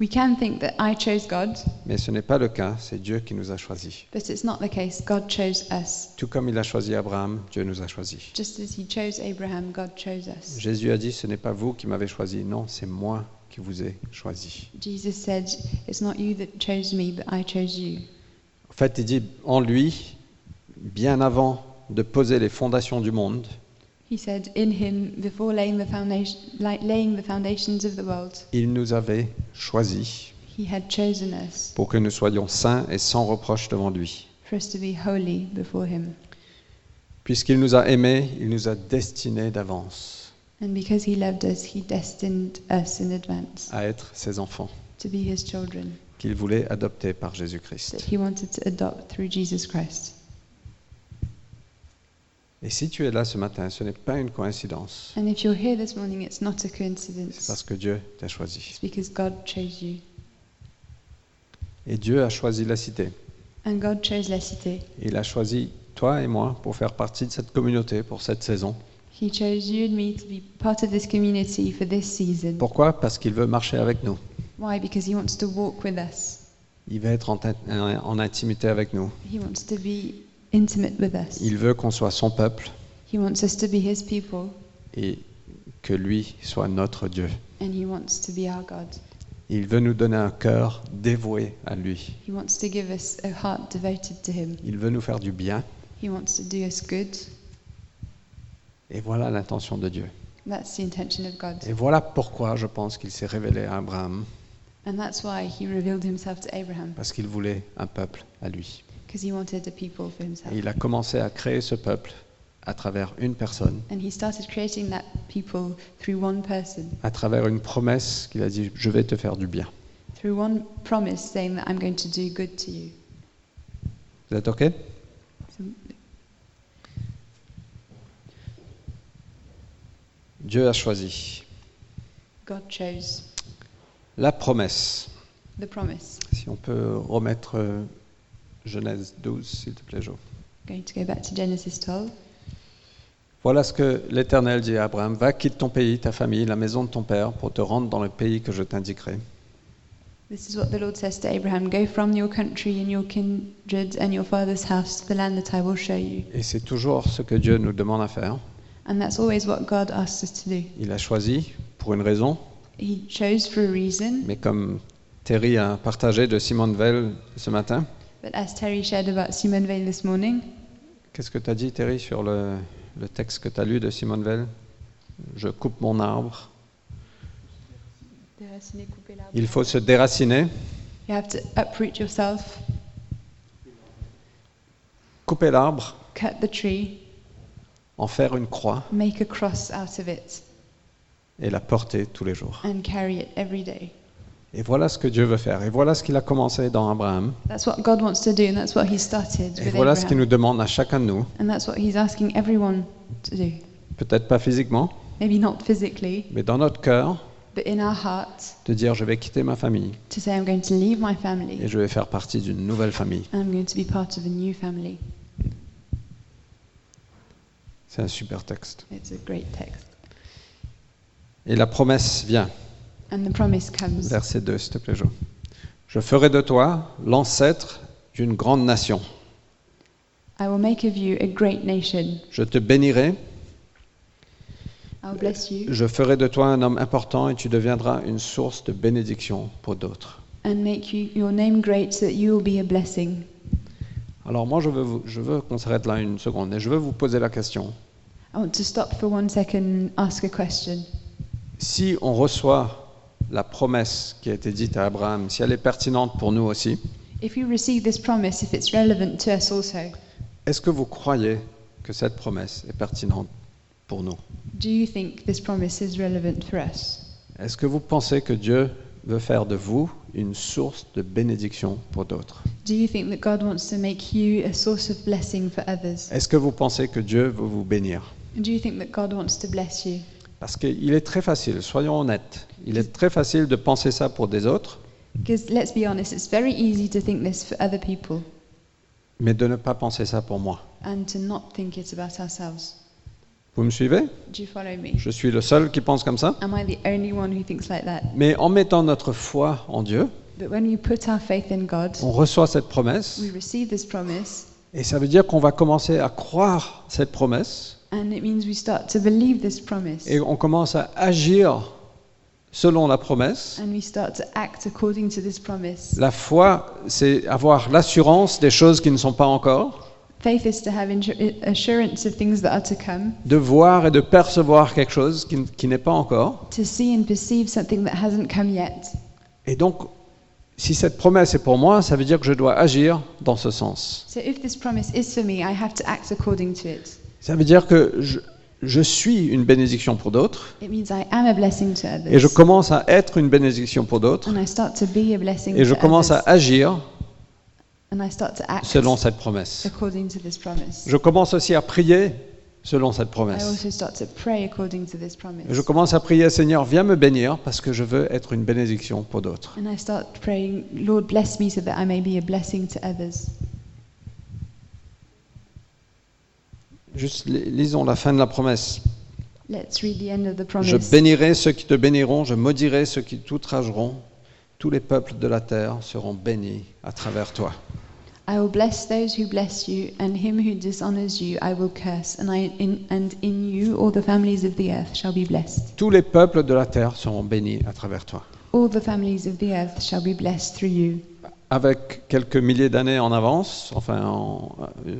Speaker 1: We can think that I chose God,
Speaker 2: mais ce n'est pas le cas, c'est Dieu qui nous a choisis.
Speaker 1: but it's not the case. God chose us.
Speaker 2: Tout comme il a choisi Abraham, Dieu nous a choisis.
Speaker 1: Just as he chose Abraham, God chose us.
Speaker 2: Jésus a dit, ce n'est pas vous qui m'avez choisi, non, c'est moi qui vous ai choisi.
Speaker 1: Jesus said, It's not you that chose me, but I chose you.
Speaker 2: En fait, il dit, en lui, bien avant de poser les fondations du monde,
Speaker 1: He said, In him, before laying the, foundation, like laying the foundations of the world,
Speaker 2: il nous avait choisis
Speaker 1: he had chosen us
Speaker 2: pour que nous soyons saints et sans reproche devant lui.
Speaker 1: for us to be holy before him.
Speaker 2: Puisqu'il nous a aimés, il nous a destinés d'avance
Speaker 1: And because he loved us, he destined us in advance
Speaker 2: à être ses enfants
Speaker 1: to be his children
Speaker 2: qu'il voulait adopter par
Speaker 1: that
Speaker 2: Jésus-Christ.
Speaker 1: he wanted to adopt through Jesus Christ.
Speaker 2: Et si tu es là ce matin, ce n'est pas une coïncidence.
Speaker 1: And if you're here this morning, it's not a
Speaker 2: C'est
Speaker 1: coincidence.
Speaker 2: parce que Dieu t'a
Speaker 1: It's
Speaker 2: choisi.
Speaker 1: because God chose you.
Speaker 2: Et Dieu a choisi la cité.
Speaker 1: And God chose La Cité.
Speaker 2: Il a choisi toi et moi pour faire partie de cette communauté pour cette saison.
Speaker 1: He chose you and me to be part of this community for this season.
Speaker 2: Pourquoi Parce qu'il veut marcher avec nous.
Speaker 1: Why? Because he wants to walk with us.
Speaker 2: Il veut être en, tin- euh, en intimité avec nous.
Speaker 1: He wants to be intimate with us.
Speaker 2: Il veut qu'on soit son peuple
Speaker 1: He wants us to be His people,
Speaker 2: et que lui soit notre Dieu.
Speaker 1: and He wants to be our God.
Speaker 2: Il veut nous donner un cœur dévoué à lui.
Speaker 1: He wants to give us a heart devoted to Him.
Speaker 2: Il veut nous faire du bien.
Speaker 1: He wants to do us good.
Speaker 2: Et voilà l'intention de Dieu.
Speaker 1: That's the intention of God.
Speaker 2: Et voilà pourquoi je pense qu'il s'est révélé à Abraham,
Speaker 1: And that's why He revealed Himself to Abraham,
Speaker 2: parce qu'il voulait un peuple à lui.
Speaker 1: because He wanted a people for Himself.
Speaker 2: Et il a commencé à créer ce peuple à travers une personne,
Speaker 1: And He started creating that people through one person,
Speaker 2: à travers une promesse qu'il a dit, je vais te faire du bien.
Speaker 1: through one promise saying that I'm going to do good to you.
Speaker 2: Vous êtes OK
Speaker 1: So
Speaker 2: Dieu a choisi
Speaker 1: God chose
Speaker 2: la promesse.
Speaker 1: the promise.
Speaker 2: Si on peut remettre euh, Genèse 12, s'il te plaît, Jo.
Speaker 1: going to go back to Genesis 12.
Speaker 2: Voilà ce que l'Éternel dit à Abraham. Va, quitte ton pays, ta famille, la maison de ton père, pour te rendre dans le pays que je t'indiquerai.
Speaker 1: This is what the Lord says to Abraham Go from your country and your kindred and your father's house to the land that I will show you.
Speaker 2: Et c'est toujours ce que Dieu nous demande à faire.
Speaker 1: And that's always what God asks us to do.
Speaker 2: Il a choisi pour une raison,
Speaker 1: He chose for a reason,
Speaker 2: mais comme Terry a partagé de Simone Veil ce matin,
Speaker 1: but as Terry shared about Simone Veil this morning,
Speaker 2: qu'est-ce que tu as dit, Terry, sur le, le texte que tu as lu de Simone Veil Je coupe mon arbre. Il faut se déraciner,
Speaker 1: you have to uproot yourself,
Speaker 2: couper l'arbre,
Speaker 1: cut the tree,
Speaker 2: en faire une croix
Speaker 1: make a cross out of it,
Speaker 2: et la porter tous les jours.
Speaker 1: and carry it every day.
Speaker 2: Et voilà ce que Dieu veut faire. Et voilà ce qu'il a commencé dans Abraham.
Speaker 1: That's what God wants to do, and that's what He started
Speaker 2: Et
Speaker 1: with
Speaker 2: voilà ce qu'il
Speaker 1: Abraham.
Speaker 2: nous demande à chacun de nous.
Speaker 1: And that's what He's asking everyone to do.
Speaker 2: Peut-être pas physiquement,
Speaker 1: Maybe not physically,
Speaker 2: mais dans notre cœur,
Speaker 1: but in our hearts.
Speaker 2: de dire je vais quitter ma famille
Speaker 1: to say I'm going to leave my
Speaker 2: et
Speaker 1: family
Speaker 2: je vais faire partie d'une nouvelle famille.
Speaker 1: and I'm going to be part of a new family.
Speaker 2: C'est un super texte.
Speaker 1: It's a great text.
Speaker 2: Et la promesse vient.
Speaker 1: And the promise comes.
Speaker 2: Verset 2, s'il te plaît, Jo. Je ferai de toi l'ancêtre d'une grande nation.
Speaker 1: I will make of you a great nation.
Speaker 2: Je te bénirai,
Speaker 1: I will bless you
Speaker 2: je ferai de toi un homme important et tu deviendras une source de bénédiction pour d'autres.
Speaker 1: and make you, your name great so that you will be a blessing.
Speaker 2: Alors moi, je veux, vous- je veux qu'on s'arrête là une seconde et je veux vous poser la question.
Speaker 1: I want to stop for one second and ask a question.
Speaker 2: Si on reçoit la promesse qui a été dite à Abraham, si elle est pertinente pour nous aussi,
Speaker 1: If you receive this promise, if it's relevant to us also,
Speaker 2: est-ce que vous croyez que cette promesse est pertinente pour nous
Speaker 1: do you think this promise is relevant for us?
Speaker 2: Est-ce que vous pensez que Dieu veut faire de vous une source de bénédiction pour d'autres
Speaker 1: Do you think that God wants to make you a source of blessing for others?
Speaker 2: Est-ce que vous pensez que Dieu veut vous bénir
Speaker 1: Do you think that God wants to bless you?
Speaker 2: Parce qu'il est très facile, soyons honnêtes, il est très facile de penser ça pour des autres,
Speaker 1: Because let's be honest, it's very easy to think this for other people
Speaker 2: mais de ne pas penser ça pour moi.
Speaker 1: and to not think it about ourselves.
Speaker 2: Vous me suivez
Speaker 1: Do you follow me?
Speaker 2: Je suis le seul qui pense comme ça.
Speaker 1: Am I the only one who thinks like that?
Speaker 2: Mais en mettant notre foi en Dieu,
Speaker 1: But when we put our faith in God,
Speaker 2: on reçoit cette promesse
Speaker 1: we receive this promise,
Speaker 2: Et ça veut dire qu'on va commencer à croire cette promesse
Speaker 1: and it means we start to believe this promise,
Speaker 2: et on commence à agir selon la promesse.
Speaker 1: and we start to act according to this promise.
Speaker 2: La foi, c'est avoir l'assurance des choses qui ne sont pas encore,
Speaker 1: Faith is to have insur- assurance of things that are to come,
Speaker 2: de voir et de percevoir quelque chose qui, n- qui n'est pas encore.
Speaker 1: to see and perceive something that hasn't come yet.
Speaker 2: Et donc, si cette promesse est pour moi, ça veut dire que je dois agir dans ce sens.
Speaker 1: So if this promise is for me, I have to act according to it.
Speaker 2: Ça veut dire que je, je suis une bénédiction pour d'autres
Speaker 1: It means I am a blessing to others.
Speaker 2: et je commence à être une bénédiction pour d'autres
Speaker 1: And I start to be a blessing
Speaker 2: et je
Speaker 1: to
Speaker 2: commence à
Speaker 1: others.
Speaker 2: agir
Speaker 1: And I start to act
Speaker 2: selon cette promesse.
Speaker 1: according to this promise.
Speaker 2: Je commence aussi à prier selon cette
Speaker 1: I
Speaker 2: promesse.
Speaker 1: also start to pray according to this promise.
Speaker 2: Je commence à prier, Seigneur, viens me bénir parce que je veux être une bénédiction pour d'autres.
Speaker 1: And I start praying, Lord, bless me so that I may be a blessing to others.
Speaker 2: Juste li- lisons la fin de la promesse.
Speaker 1: Let's read the end of the
Speaker 2: Je
Speaker 1: promise.
Speaker 2: bénirai ceux qui te béniront, je maudirai ceux qui t'outrageront. tous les peuples de la terre seront bénis à travers toi.
Speaker 1: I will bless those who bless you, and him who dishonors you I will curse, and, I, in, and in you all the families of the earth shall be blessed.
Speaker 2: Tous les peuples de la terre seront bénis à travers toi.
Speaker 1: All the families of the earth shall be blessed through you.
Speaker 2: Avec quelques milliers d'années en avance, enfin en- euh,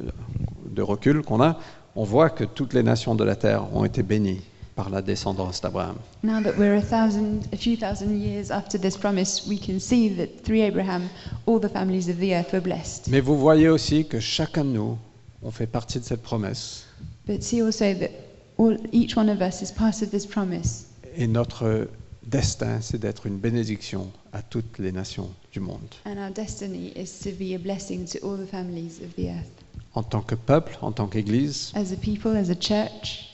Speaker 2: de recul qu'on a, on voit que toutes les nations de la terre ont été bénies par la descendance d'Abraham.
Speaker 1: Now that we're a thousand, a few thousand years after this promise, we can see that through Abraham, all the families of the earth were blessed.
Speaker 2: Mais vous voyez aussi que chacun de nous, on fait partie de cette promesse.
Speaker 1: But see also that all, each one of us is part of this promise,
Speaker 2: Et notre destin, c'est d'être une bénédiction à toutes les nations du monde.
Speaker 1: and our destiny is to be a blessing to all the families of the earth.
Speaker 2: En tant que peuple, en tant qu'Église,
Speaker 1: As a people, as a church,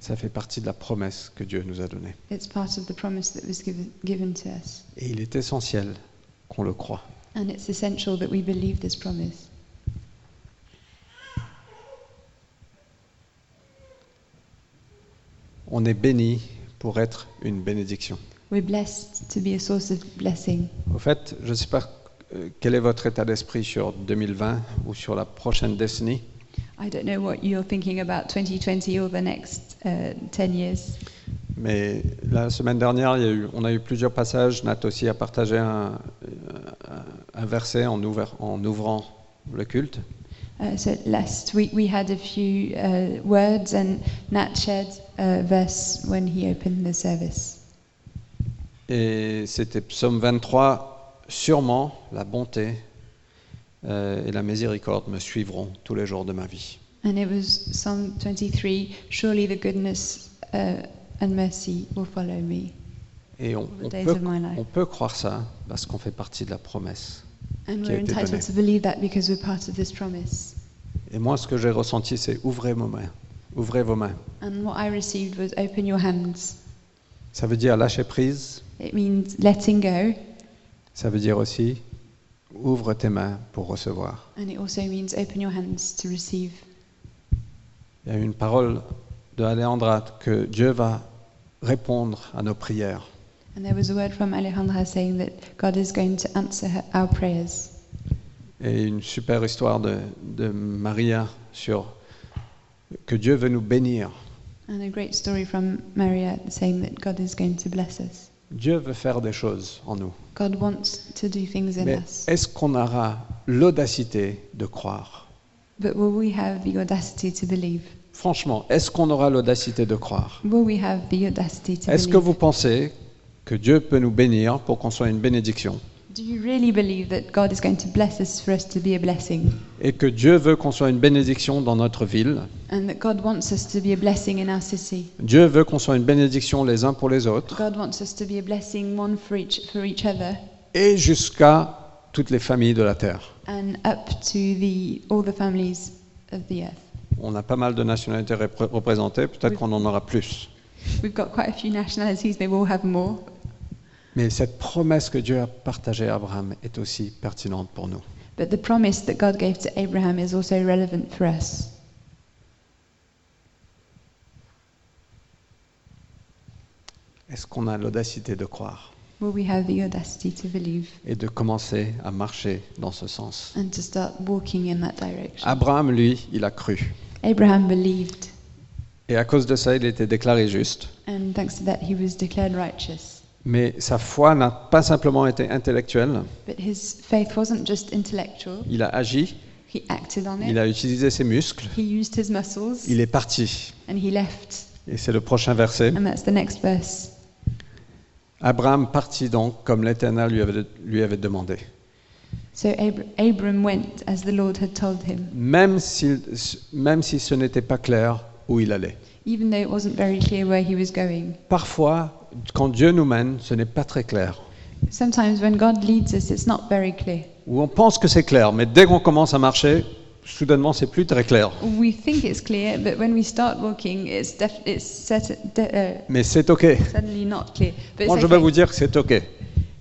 Speaker 2: ça fait partie de la promesse que Dieu nous a donnée.
Speaker 1: it's part of the promise that was given, given to us,
Speaker 2: Et il est essentiel qu'on le croie.
Speaker 1: and it's essential that we believe this promise.
Speaker 2: On est béni pour être une bénédiction.
Speaker 1: We're blessed to be a source of blessing.
Speaker 2: Au fait, je ne sais pas euh, quel est votre état d'esprit sur 2020 ou sur la prochaine décennie.
Speaker 1: I don't know what you're thinking about 2020 or the next uh, 10 years.
Speaker 2: Mais la semaine dernière, il y a eu- on a eu plusieurs passages. Nat aussi a partagé un, un- un verset en, ouvert- en ouvrant le culte.
Speaker 1: Uh, so last week we had a few uh, words, and Nat shared a verse when he opened the service.
Speaker 2: Et c'était psaume 23. Sûrement la bonté euh, et la miséricorde me suivront tous les jours de ma vie.
Speaker 1: And it was Psalm 23 Surely the goodness uh, and mercy will follow me.
Speaker 2: Et on,
Speaker 1: the
Speaker 2: on
Speaker 1: days
Speaker 2: peut,
Speaker 1: of my life.
Speaker 2: on peut croire ça parce qu'on fait partie de la promesse.
Speaker 1: And
Speaker 2: Qui a
Speaker 1: we're
Speaker 2: été
Speaker 1: entitled
Speaker 2: donné.
Speaker 1: to believe that because we're part of this promise.
Speaker 2: Et moi, ce que j'ai ressenti, c'est ouvrez vos mains. Ouvrez vos mains.
Speaker 1: And what I received was open your hands.
Speaker 2: Ça veut dire lâcher prise.
Speaker 1: It means letting go,
Speaker 2: Ça veut dire aussi ouvre tes mains pour recevoir.
Speaker 1: and it also means open your hands to receive.
Speaker 2: Il y a une parole de Alejandra que Dieu va répondre à nos prières.
Speaker 1: And there was a word from Alejandra saying that God is going to answer her, our prayers.
Speaker 2: Et une super histoire de, de Maria sur que Dieu veut nous bénir.
Speaker 1: And a great story from Maria saying that God is going to bless us.
Speaker 2: Dieu veut faire des choses en nous.
Speaker 1: God wants to do things in
Speaker 2: Mais
Speaker 1: us.
Speaker 2: est-ce qu'on aura l'audacité de croire
Speaker 1: But will we have the audacity to believe?
Speaker 2: Franchement, est-ce qu'on aura l'audacité de croire
Speaker 1: Will we have the audacity to
Speaker 2: Est-ce
Speaker 1: believe?
Speaker 2: que vous pensez que Dieu peut nous bénir pour qu'on soit une bénédiction
Speaker 1: Do you really believe that God is going to bless us for us to be a blessing?
Speaker 2: et que Dieu veut qu'on soit une bénédiction dans notre ville
Speaker 1: And that God wants us to be a blessing in our city?
Speaker 2: Dieu veut qu'on soit une bénédiction les uns pour les autres
Speaker 1: God wants us to be a blessing, one for each, for each other,
Speaker 2: et jusqu'à toutes les familles de la terre.
Speaker 1: and up to the, all the families of the earth.
Speaker 2: On a pas mal de nationalités repré- représentées, peut-être
Speaker 1: Oui.
Speaker 2: qu'on en aura plus.
Speaker 1: We've got quite a few nationalities, maybe we'll have more.
Speaker 2: Mais cette promesse que Dieu a partagée à Abraham est aussi pertinente pour nous.
Speaker 1: But the promise that God gave to Abraham is also relevant for us.
Speaker 2: Est-ce qu'on a l'audacité de croire
Speaker 1: Will we have the audacity to believe
Speaker 2: et de commencer à marcher dans ce sens
Speaker 1: and to start walking in that direction?
Speaker 2: Abraham, lui, il a cru.
Speaker 1: Abraham believed,
Speaker 2: Et à cause de ça, il était déclaré juste.
Speaker 1: and thanks to that, he was declared righteous.
Speaker 2: Mais sa foi n'a pas simplement été intellectuelle,
Speaker 1: But his faith wasn't just intellectual,
Speaker 2: il a agi,
Speaker 1: he acted on
Speaker 2: il
Speaker 1: it,
Speaker 2: a utilisé ses muscles,
Speaker 1: he used his muscles,
Speaker 2: il est parti.
Speaker 1: and he left.
Speaker 2: Et c'est le prochain verset.
Speaker 1: And that's the next verse.
Speaker 2: Abraham partit donc comme l'Éternel lui avait, lui avait demandé.
Speaker 1: So Abr- Abram went as the Lord had told him,
Speaker 2: Même si, même si ce n'était pas clair où il allait.
Speaker 1: even though it wasn't very clear where he was going.
Speaker 2: Parfois, quand Dieu nous mène, ce n'est pas très clair.
Speaker 1: Sometimes when God leads us, it's not very clear.
Speaker 2: Ou on pense que c'est clair, mais dès qu'on commence à marcher, soudainement, c'est plus très clair.
Speaker 1: We think it's clear, but when we start walking, it's, def- it's set- de- uh,
Speaker 2: Mais c'est OK.
Speaker 1: suddenly not clear. But
Speaker 2: Moi,
Speaker 1: it's,
Speaker 2: je vais
Speaker 1: okay.
Speaker 2: vous dire que c'est OK.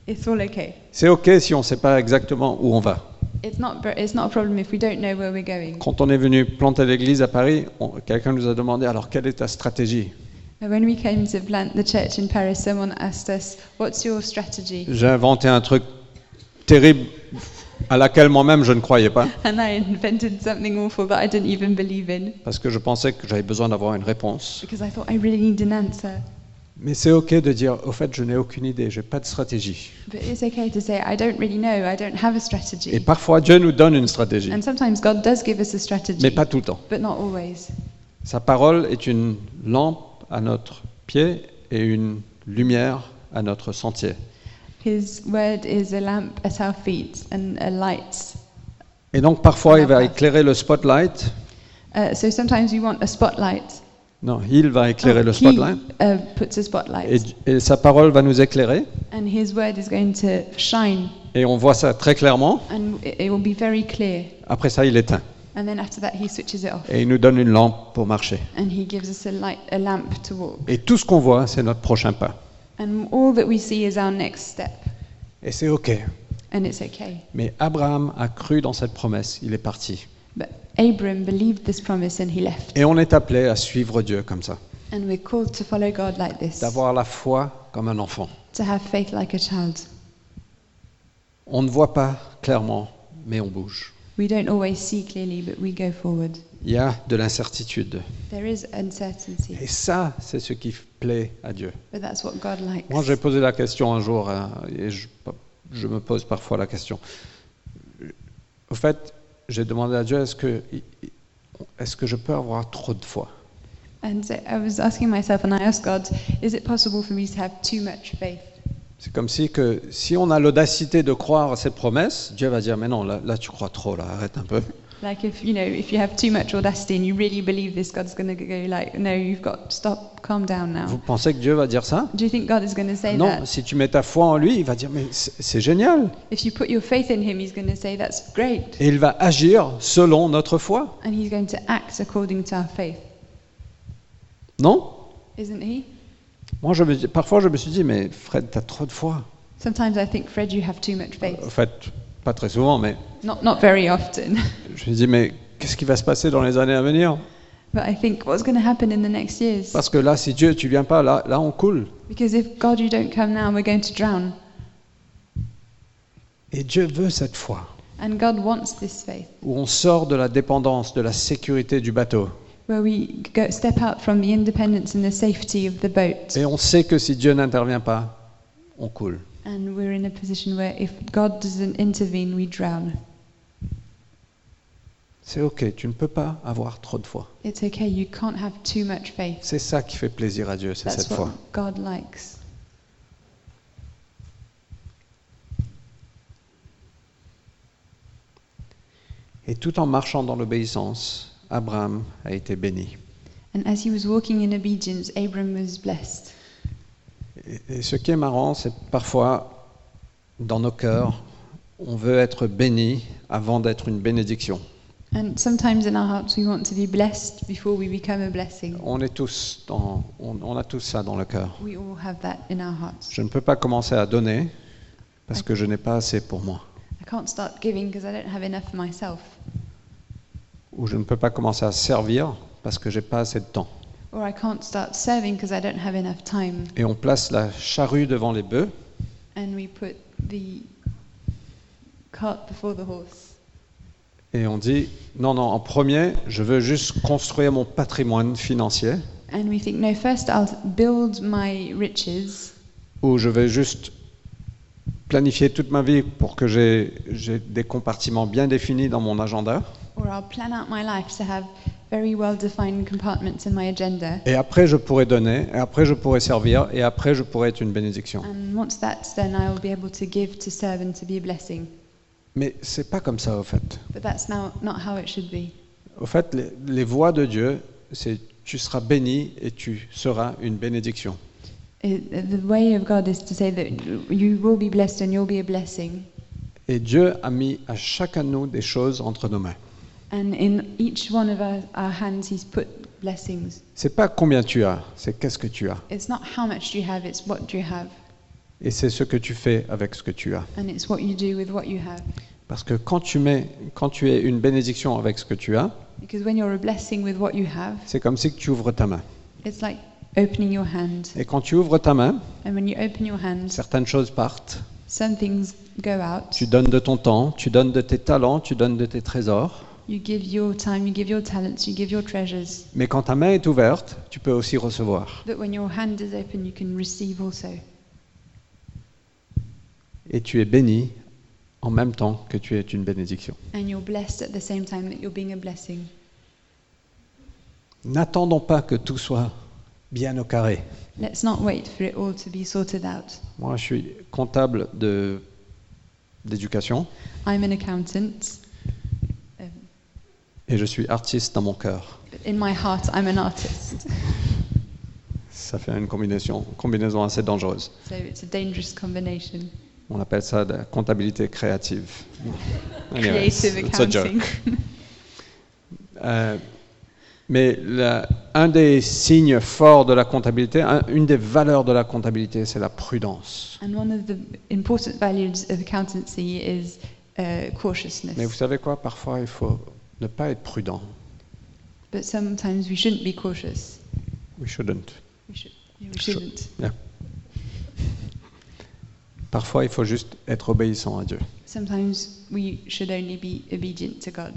Speaker 1: it's all okay.
Speaker 2: C'est OK si on ne sait pas exactement où on va.
Speaker 1: It's not, ver- it's not a problem if we don't know where we're going.
Speaker 2: Quand on est venu planter l'église à Paris, on- quelqu'un nous a demandé alors quelle est ta stratégie
Speaker 1: When we came to plant the church in Paris, someone asked us, What's your strategy?
Speaker 2: J'ai inventé un truc terrible à laquelle moi-même je ne croyais pas,
Speaker 1: And I invented something awful that I didn't even believe in
Speaker 2: parce que je pensais que j'avais besoin d'avoir une réponse.
Speaker 1: because I thought I really need an answer.
Speaker 2: Mais c'est ok de dire, au fait, je n'ai aucune idée, j'ai pas de stratégie.
Speaker 1: But it's okay to say, I don't really know, I don't have a
Speaker 2: Et
Speaker 1: strategy.
Speaker 2: parfois Dieu nous donne une stratégie,
Speaker 1: And sometimes God does give us a
Speaker 2: mais
Speaker 1: strategy,
Speaker 2: pas tout le temps.
Speaker 1: but not always.
Speaker 2: Sa parole est une lampe à notre pied et une lumière à notre sentier.
Speaker 1: His word is a lamp at our feet and a light.
Speaker 2: Et donc parfois il va éclairer le spotlight.
Speaker 1: Uh, so sometimes you want a spotlight.
Speaker 2: Non, il va éclairer
Speaker 1: Oh,
Speaker 2: le
Speaker 1: he,
Speaker 2: spotlight.
Speaker 1: uh, puts a spotlight.
Speaker 2: Et, et sa parole va nous éclairer.
Speaker 1: and his word is going to shine
Speaker 2: Et on voit ça très clairement.
Speaker 1: and it, it will be very clear.
Speaker 2: Après ça, il éteint.
Speaker 1: And then after that, he switches it off
Speaker 2: Et il nous donne une lampe pour marcher.
Speaker 1: and he gives us a light, a lamp to walk.
Speaker 2: Et tout ce qu'on voit, c'est notre prochain pas.
Speaker 1: And all that we see is our next step,
Speaker 2: Et c'est OK.
Speaker 1: and it's okay.
Speaker 2: Mais Abraham a cru dans cette promesse. Il est parti.
Speaker 1: But Abram believed this promise and he left.
Speaker 2: Et on est appelé à suivre Dieu comme ça.
Speaker 1: And we're called to follow God like this,
Speaker 2: D'avoir la foi comme un enfant.
Speaker 1: to have faith like a child.
Speaker 2: On ne voit pas clairement, mais on bouge.
Speaker 1: We don't always see clearly, but we go forward.
Speaker 2: Il y a de l'incertitude.
Speaker 1: There is uncertainty.
Speaker 2: Et ça, c'est ce qui plaît à Dieu.
Speaker 1: But that's what God likes.
Speaker 2: Moi, j'ai posé la question un jour, hein, et je, je me pose parfois la question. Au fait, j'ai demandé à Dieu est-ce que, est que je peux avoir trop de foi
Speaker 1: And so I was asking myself, and I asked God, is it possible for me to have too much faith?
Speaker 2: C'est comme si, que, si on a l'audacité de croire à cette promesse, Dieu va dire Mais non, là, là, tu crois trop, là, arrête un peu.
Speaker 1: Like if you know, if you have too much audacity and you really believe this, God's going to go like, no, you've got stop, calm down now.
Speaker 2: Vous pensez que Dieu va dire ça
Speaker 1: Do you think God is going to say
Speaker 2: Non,
Speaker 1: that?
Speaker 2: si tu mets ta foi en lui, il va dire Mais c'est c'est génial
Speaker 1: If you put your faith in Him, He's going to say that's great,
Speaker 2: Et il va agir selon notre foi,
Speaker 1: and He's going to act according to our faith,
Speaker 2: non
Speaker 1: isn't He?
Speaker 2: Moi, je me dis- parfois, je me suis dit Mais Fred, t'as trop de foi.
Speaker 1: Sometimes I think, Fred, you have too much faith.
Speaker 2: En fait, pas très souvent, mais
Speaker 1: Not not very often,
Speaker 2: Je me dis, mais qu'est-ce qui va se passer dans les années à venir
Speaker 1: but I think what's going to happen in the next years?
Speaker 2: Parce que là, si Dieu, tu viens pas, là, là on coule.
Speaker 1: Because if God, you don't come now, we're going to drown.
Speaker 2: Et Dieu veut cette foi,
Speaker 1: And God wants this faith,
Speaker 2: où on sort de la dépendance, de la sécurité du bateau.
Speaker 1: where we go step out from the independence and the safety of the boat.
Speaker 2: Et on sait que si Dieu n'intervient pas, on coule.
Speaker 1: And we're in a position where if God doesn't intervene, we drown.
Speaker 2: C'est ok, tu ne peux pas avoir trop de foi.
Speaker 1: It's okay, you can't have too much faith.
Speaker 2: C'est ça qui fait plaisir à Dieu, c'est
Speaker 1: That's
Speaker 2: cette
Speaker 1: what
Speaker 2: foi.
Speaker 1: God likes.
Speaker 2: Et tout en marchant dans l'obéissance, Abraham a été béni.
Speaker 1: And as he was walking in obedience, Abram was blessed.
Speaker 2: Et, et ce qui est marrant, c'est que parfois, dans nos cœurs, on veut être béni avant d'être une bénédiction.
Speaker 1: And sometimes in our hearts, we want to be blessed before we become a blessing.
Speaker 2: On, est tous dans- on, on a tous ça dans le cœur.
Speaker 1: We all have that in our hearts.
Speaker 2: Je ne peux pas commencer à donner parce que je n'ai pas assez pour moi.
Speaker 1: I can't start giving because I don't have enough for myself.
Speaker 2: Ou je ne peux pas commencer à servir parce que j'ai pas assez de temps.
Speaker 1: Or I can't start serving because I don't have enough time.
Speaker 2: Et on place la charrue devant les bœufs
Speaker 1: And we put the cart before the horse.
Speaker 2: et on dit non, non, en premier, je veux juste construire mon patrimoine financier
Speaker 1: And we think, no, first I'll build my riches,
Speaker 2: ou je vais juste planifier toute ma vie pour que j'ai j'ai des compartiments bien définis dans mon agenda.
Speaker 1: or I'll plan out my life to have very well defined compartments in my agenda.
Speaker 2: Et après, je pourrai donner, et après, je pourrai servir, et après, je pourrai être une bénédiction.
Speaker 1: And once that's done, I will be able to give, to serve, and to be a blessing.
Speaker 2: Mais c'est pas comme ça, au fait.
Speaker 1: But that's now not how it should be.
Speaker 2: Au fait, les, les voies de Dieu, c'est tu seras béni et tu seras une bénédiction.
Speaker 1: It, the way of God is to say that you will be blessed and you'll be a blessing.
Speaker 2: Et Dieu a mis à chacun de nous des choses entre nos mains.
Speaker 1: And in each one of our, our hands, He's put blessings.
Speaker 2: C'est pas combien tu as, c'est qu'est-ce que tu as.
Speaker 1: It's not how much do you have, it's what do you have.
Speaker 2: Et c'est ce que tu fais avec ce que tu as.
Speaker 1: And it's what you do with what you have.
Speaker 2: Parce que quand tu, mets, quand tu es une bénédiction avec ce que tu as,
Speaker 1: Because when you're a blessing with what you have,
Speaker 2: c'est comme si que tu ouvres ta main.
Speaker 1: it's like opening your hand.
Speaker 2: Et quand tu ouvres ta main,
Speaker 1: And when you open your hand,
Speaker 2: certaines choses partent.
Speaker 1: some things go out.
Speaker 2: Tu donnes de ton temps, tu donnes de tes talents, tu donnes de tes trésors.
Speaker 1: You give your time, you give your talents, you give your treasures.
Speaker 2: Mais quand ta main est ouverte, tu peux aussi recevoir.
Speaker 1: But when your hand is open, you can receive also.
Speaker 2: Et tu es béni en même temps que tu es une bénédiction.
Speaker 1: And you're blessed at the same time that you're being a blessing.
Speaker 2: N'attendons pas que tout soit bien au carré.
Speaker 1: Let's not wait for it all to be sorted out.
Speaker 2: Moi, je suis comptable de- d'éducation
Speaker 1: I'm an accountant. Um,
Speaker 2: et je suis artiste dans mon cœur.
Speaker 1: but in my heart, I'm an artist.
Speaker 2: Ça fait une combinaison, combinaison assez dangereuse.
Speaker 1: So it's a dangerous combination.
Speaker 2: On appelle ça de la comptabilité créative. Anyway, it's-
Speaker 1: Creative
Speaker 2: it's a joke.
Speaker 1: accounting.
Speaker 2: Euh, mais la- un des signes forts de la comptabilité, un- une des valeurs de la comptabilité, c'est la prudence.
Speaker 1: And one of the important values of accountancy is uh,
Speaker 2: Mais vous
Speaker 1: cautiousness.
Speaker 2: savez quoi Parfois, il faut ne pas être prudent.
Speaker 1: But sometimes we shouldn't be cautious.
Speaker 2: We shouldn't.
Speaker 1: We, should, we
Speaker 2: Sure.
Speaker 1: shouldn't.
Speaker 2: Parfois, il faut juste être obéissant à Dieu.
Speaker 1: Sometimes we should only be obedient to God.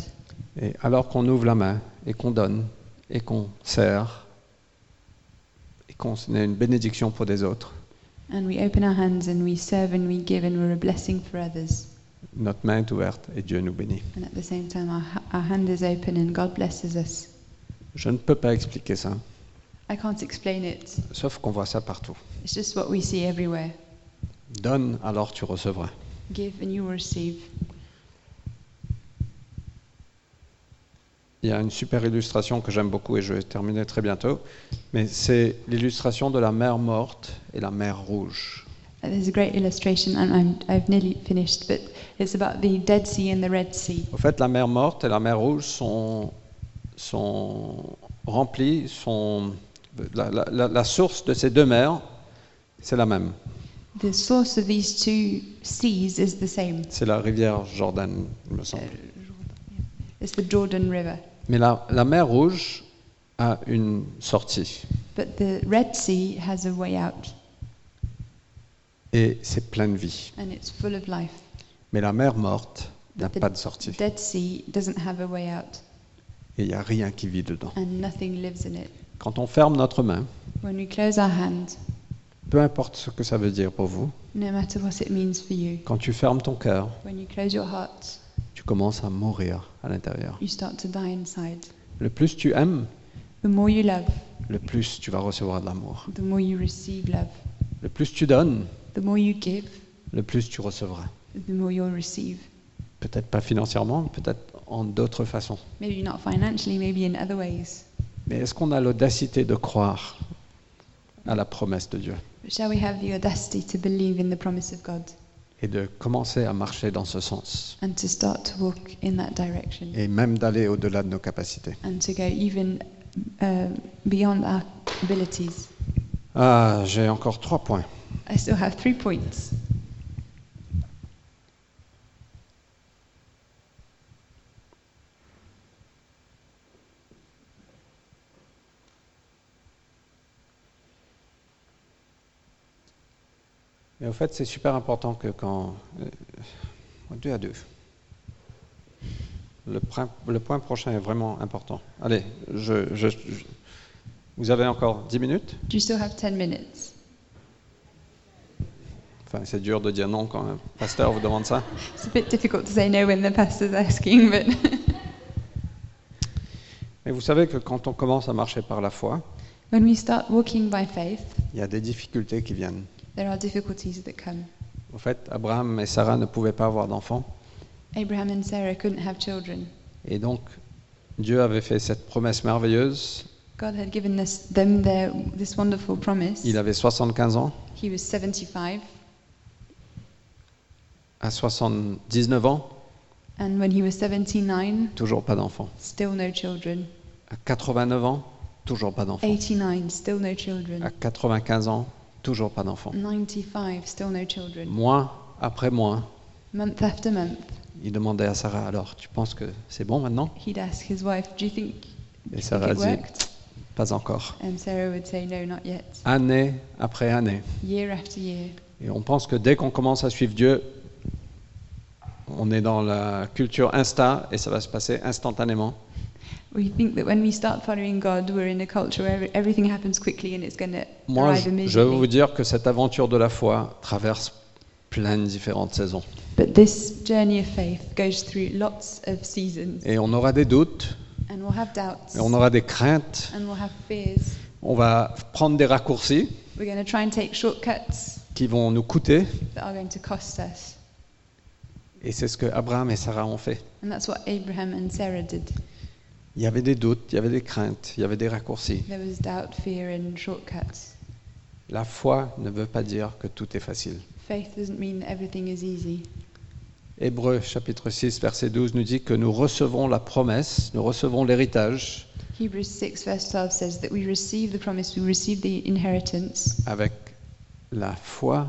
Speaker 2: Et alors qu'on ouvre la main et qu'on donne et qu'on sert et qu'on est une bénédiction pour des autres,
Speaker 1: And we open our hands and we serve and we give and we're a blessing for others.
Speaker 2: notre main est ouverte et Dieu nous bénit.
Speaker 1: And at the same time, our, ha- our hand is open and God blesses us.
Speaker 2: Je ne peux pas expliquer ça,
Speaker 1: I can't explain it.
Speaker 2: sauf qu'on voit ça partout.
Speaker 1: It's just what we see everywhere.
Speaker 2: Donne, alors tu recevras.
Speaker 1: Give and you will receive.
Speaker 2: Il y a une super illustration que j'aime beaucoup et je vais terminer très bientôt, mais c'est l'illustration de la mer morte et la mer rouge.
Speaker 1: Uh, There's a great illustration, and I'm, I've nearly finished, but it's about the Dead Sea and the Red Sea.
Speaker 2: Au fait, la mer morte et la mer rouge sont, sont remplies, sont, la, la- la- la source de ces deux mers, c'est la même.
Speaker 1: The source of these two seas is the same.
Speaker 2: C'est la rivière Jordan, il me
Speaker 1: Uh,
Speaker 2: semble.
Speaker 1: It's the Jordan River.
Speaker 2: Mais la, la mer rouge a une sortie
Speaker 1: But the Red Sea has a way out,
Speaker 2: et c'est plein de vie.
Speaker 1: and it's full of life.
Speaker 2: Mais la mer morte n'a
Speaker 1: The
Speaker 2: pas de sortie
Speaker 1: Dead Sea doesn't have a way out,
Speaker 2: et il n'y a rien qui vit dedans.
Speaker 1: and nothing lives in it.
Speaker 2: Quand on ferme notre main,
Speaker 1: When we close our hand,
Speaker 2: peu importe ce que ça veut dire pour vous,
Speaker 1: no matter what it means for you,
Speaker 2: quand tu fermes ton cœur,
Speaker 1: when you close your heart,
Speaker 2: tu commences à mourir à l'intérieur.
Speaker 1: you start to die inside.
Speaker 2: Le plus tu aimes,
Speaker 1: The more you love,
Speaker 2: le plus tu vas recevoir de l'amour.
Speaker 1: the more you receive love.
Speaker 2: Le plus tu donnes,
Speaker 1: The more you give,
Speaker 2: le plus tu recevras.
Speaker 1: the more you'll receive.
Speaker 2: Peut-être pas financièrement, peut-être en d'autres façons.
Speaker 1: Maybe not financially, maybe in other ways.
Speaker 2: Mais est-ce qu'on a l'audacité de croire à la promesse de Dieu
Speaker 1: But shall we have the audacity to believe in the promise of God
Speaker 2: et de commencer à marcher dans ce sens
Speaker 1: and to start to walk in that direction
Speaker 2: et même d'aller au-delà de nos capacités
Speaker 1: and to go even uh, beyond our abilities?
Speaker 2: Ah, j'ai encore trois points.
Speaker 1: I still have three points.
Speaker 2: Mais au fait, c'est super important que quand. euh, deux à deux. Le, prin- le point prochain est vraiment important. Allez, je- je- je- vous avez encore 10 minutes
Speaker 1: Do you still have 10 minutes?
Speaker 2: Enfin, c'est dur de dire non quand un pasteur vous demande ça.
Speaker 1: It's a bit difficult to say no when the pastor's asking, but
Speaker 2: Mais vous savez que quand on commence à marcher par la foi,
Speaker 1: when we start walking by faith,
Speaker 2: il y a des difficultés qui viennent.
Speaker 1: there are difficulties that come.
Speaker 2: Au fait, Abraham et Sarah ne pouvaient pas avoir d'enfants.
Speaker 1: Abraham and Sarah couldn't have children.
Speaker 2: Et donc, Dieu avait fait cette promesse merveilleuse.
Speaker 1: God had given this, them their, this wonderful promise.
Speaker 2: Il avait 75 ans.
Speaker 1: He was 75,
Speaker 2: À 79 ans,
Speaker 1: and when he was 79,
Speaker 2: toujours pas d'enfant.
Speaker 1: still no children.
Speaker 2: À 89 ans, toujours pas d'enfant.
Speaker 1: 89, still no
Speaker 2: À
Speaker 1: children.
Speaker 2: 95 ans, toujours pas d'enfant.
Speaker 1: 95, still no children.
Speaker 2: Mois après mois,
Speaker 1: Month after month,
Speaker 2: il demandait à Sarah, alors, tu penses que c'est bon maintenant
Speaker 1: he'd ask his wife, Do you think
Speaker 2: Et
Speaker 1: think
Speaker 2: Sarah
Speaker 1: it
Speaker 2: dit,
Speaker 1: worked?
Speaker 2: Pas encore.
Speaker 1: And Sarah would say, No, not yet,
Speaker 2: Année après année.
Speaker 1: year after year.
Speaker 2: Et on pense que dès qu'on commence à suivre Dieu, on est dans la culture Insta et ça va se passer instantanément.
Speaker 1: We think that when we start following God, we're in a culture where everything happens quickly and it's going to
Speaker 2: Moi,
Speaker 1: arrive
Speaker 2: je, je vais vous
Speaker 1: immediately.
Speaker 2: dire que cette aventure de la foi traverse plein de différentes saisons.
Speaker 1: But this journey of faith goes through lots of seasons,
Speaker 2: Et on aura des doutes,
Speaker 1: and we'll have doubts,
Speaker 2: et on aura des craintes,
Speaker 1: and we'll have fears.
Speaker 2: on va prendre des raccourcis
Speaker 1: We're going to try and take shortcuts
Speaker 2: qui vont nous coûter.
Speaker 1: that are going to cost us.
Speaker 2: Et c'est ce que Abraham et Sarah ont fait.
Speaker 1: And that's what Abraham and Sarah did.
Speaker 2: Il y avait des doutes, il y avait des craintes, il y avait des raccourcis.
Speaker 1: There was doubt, fear, and shortcuts.
Speaker 2: La foi ne veut pas dire que tout est facile.
Speaker 1: Faith doesn't mean that everything is easy.
Speaker 2: Hébreux chapitre 6 verset 12 nous dit que nous recevons la promesse, nous recevons l'héritage
Speaker 1: Hebrews 6, verse 12 says that we receive the promise, we receive the inheritance
Speaker 2: avec la foi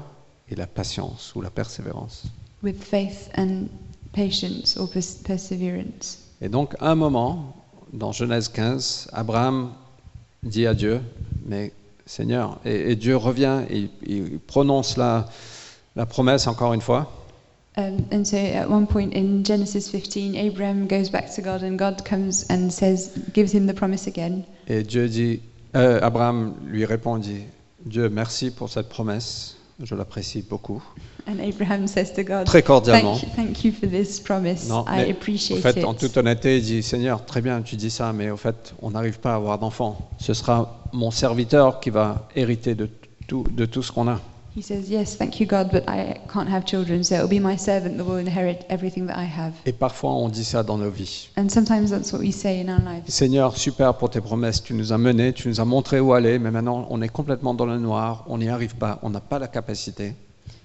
Speaker 2: et la patience ou la persévérance.
Speaker 1: with faith and patience or pers- perseverance.
Speaker 2: Et donc à un moment, dans Genèse 15, Abraham dit à Dieu, mais Seigneur, et, et Dieu revient, et il, il prononce la, la promesse encore une fois,
Speaker 1: Um, and so at one point in Genesis 15, Abraham goes back to God and God comes and says, gives him the promise again.
Speaker 2: et Dieu dit, euh, Abraham lui répondit, Dieu, merci pour cette promesse, je l'apprécie beaucoup,
Speaker 1: And Abraham says to God,
Speaker 2: très cordialement.
Speaker 1: thank, you- thank you for this promise.
Speaker 2: Non,
Speaker 1: I
Speaker 2: mais
Speaker 1: appreciate
Speaker 2: En fait,
Speaker 1: it.
Speaker 2: en toute honnêteté, il dit Seigneur, très bien, tu dis ça, mais au fait, on n'arrive pas à avoir d'enfant. Ce sera mon serviteur qui va hériter de tout, de tout ce qu'on a.
Speaker 1: He says, Yes, thank you, God, but I can't have children, so it'll be my servant that will inherit everything that I have.
Speaker 2: Et parfois, on dit ça dans nos vies.
Speaker 1: And sometimes that's what we say in our lives.
Speaker 2: Seigneur, super pour tes promesses, tu nous as menés, tu nous as montré où aller, mais maintenant, on est complètement dans le noir, on n'y arrive pas, on n'a pas la capacité.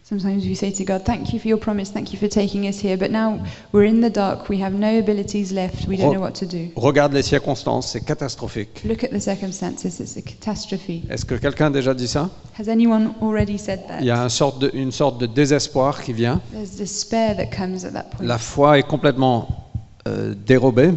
Speaker 1: Sometimes we say to God, Thank you for your promise, thank you for taking us here, but now we're in the dark, we have no abilities left, we don't
Speaker 2: Ro-
Speaker 1: know what to do.
Speaker 2: Regarde les circonstances, c'est catastrophique.
Speaker 1: Look at the circumstances, it's a catastrophe.
Speaker 2: Est-ce que quelqu'un a déjà dit ça
Speaker 1: Has anyone already said
Speaker 2: Il y
Speaker 1: that?
Speaker 2: a un sorte de- une sorte de désespoir qui vient.
Speaker 1: There's despair that comes at that point.
Speaker 2: La foi est complètement euh, dérobée.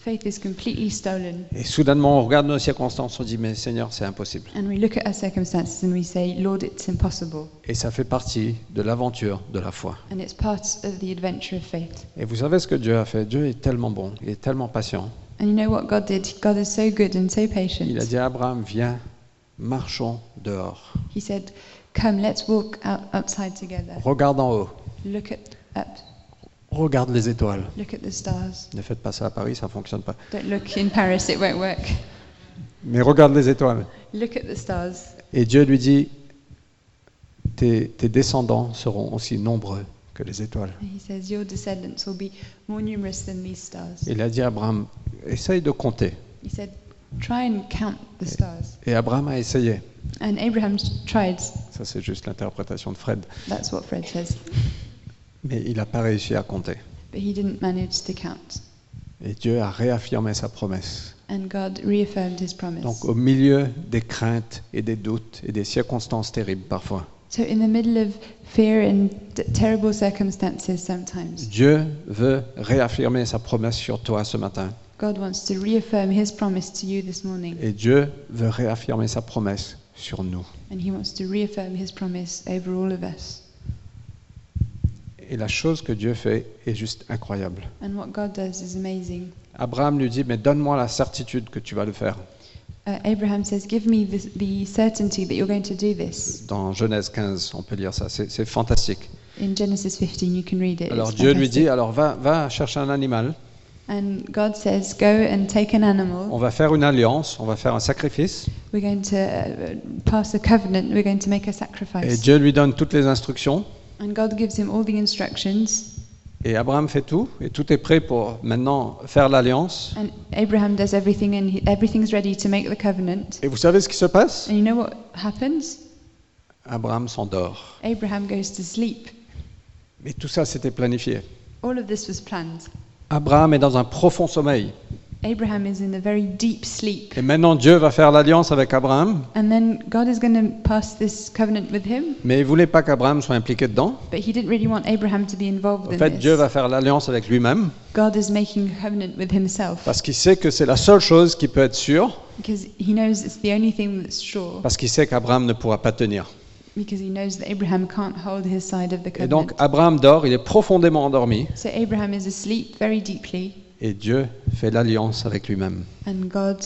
Speaker 1: Faith is completely stolen.
Speaker 2: Et soudainement, on regarde nos circonstances, on dit, mais Seigneur, c'est impossible.
Speaker 1: And we look at our circumstances and we say, Lord, it's impossible.
Speaker 2: Et ça fait partie de l'aventure de la foi.
Speaker 1: And it's part of the adventure of faith.
Speaker 2: Et vous savez ce que Dieu a fait Dieu est tellement bon, il est tellement patient.
Speaker 1: And you know what God did? God is so good and so patient.
Speaker 2: Il a dit à Abraham, viens, marchons dehors.
Speaker 1: He said, Come, let's walk out, outside together.
Speaker 2: Regarde en haut,
Speaker 1: Look at up.
Speaker 2: regarde les étoiles.
Speaker 1: Look at the stars.
Speaker 2: Ne faites pas ça à Paris, ça ne fonctionne pas.
Speaker 1: Don't look in Paris, it won't work.
Speaker 2: Mais regarde les étoiles.
Speaker 1: Look at the stars.
Speaker 2: Et Dieu lui dit, tes, tes descendants seront aussi nombreux que les étoiles.
Speaker 1: And he says, Your descendants will be more numerous than these stars.
Speaker 2: Il a dit à Abraham, essaye de compter.
Speaker 1: He said, Try and count the stars.
Speaker 2: Et Abraham a essayé.
Speaker 1: And Abraham tried.
Speaker 2: Ça, c'est juste l'interprétation de Fred.
Speaker 1: That's what Fred says.
Speaker 2: Mais il n'a pas réussi à compter.
Speaker 1: But he didn't manage to count.
Speaker 2: Et Dieu a réaffirmé sa promesse.
Speaker 1: And God reaffirmed his promise.
Speaker 2: Donc au milieu des craintes et des doutes et des circonstances terribles parfois,
Speaker 1: so, in the middle of fear and d- terrible circumstances, sometimes.
Speaker 2: Dieu veut réaffirmer sa promesse sur toi ce matin.
Speaker 1: God wants to reaffirm his promise to you this morning,
Speaker 2: Et Dieu veut réaffirmer sa promesse sur nous.
Speaker 1: and he wants to reaffirm his promise over all of us.
Speaker 2: Et la chose que Dieu fait est juste incroyable.
Speaker 1: And what God does is amazing.
Speaker 2: Abraham lui dit, mais donne-moi la certitude que tu vas le faire.
Speaker 1: Uh, Abraham says, Give me the, the certainty that you're going to do this.
Speaker 2: Dans Genèse 15, on peut lire ça, c'est c'est fantastique.
Speaker 1: In Genesis 15, you can read it.
Speaker 2: Alors
Speaker 1: It's
Speaker 2: Dieu lui dit,
Speaker 1: fantastic.
Speaker 2: alors va, va chercher un animal,
Speaker 1: And God says, Go and take an animal.
Speaker 2: on va faire une alliance, on va faire un sacrifice.
Speaker 1: We're going to uh, pass a covenant. We're going to make a
Speaker 2: Et
Speaker 1: sacrifice.
Speaker 2: Dieu lui donne toutes les instructions.
Speaker 1: And God gives him all the instructions.
Speaker 2: Et Abraham fait tout. Et tout est prêt pour maintenant faire l'alliance.
Speaker 1: And Abraham does everything, and he, everything's ready to make the covenant.
Speaker 2: Et vous savez ce qui se passe
Speaker 1: And you know what happens?
Speaker 2: Abraham s'endort.
Speaker 1: Abraham goes to sleep.
Speaker 2: Mais tout ça, c'était planifié.
Speaker 1: All of this was planned.
Speaker 2: Abraham est dans un profond sommeil.
Speaker 1: Abraham is in a very deep sleep.
Speaker 2: Et maintenant, Dieu va faire l'alliance avec Abraham,
Speaker 1: And then God is going to pass this covenant with him,
Speaker 2: mais il voulait pas qu'Abraham soit impliqué dedans.
Speaker 1: but he didn't really want Abraham to be involved
Speaker 2: En
Speaker 1: in
Speaker 2: fait, Dieu
Speaker 1: this.
Speaker 2: va faire l'alliance avec lui-même,
Speaker 1: God is making a covenant with himself
Speaker 2: parce qu'il sait que c'est la seule chose qui peut être sûre,
Speaker 1: because he knows it's the only thing that's sure,
Speaker 2: parce qu'il sait qu'Abraham ne pourra pas tenir.
Speaker 1: because he knows that Abraham can't hold his side of the
Speaker 2: Et Eh, donc,
Speaker 1: covenant.
Speaker 2: Abraham dort, il est profondément endormi,
Speaker 1: So Abraham is asleep very deeply,
Speaker 2: et Dieu fait l'alliance avec lui-même.
Speaker 1: and God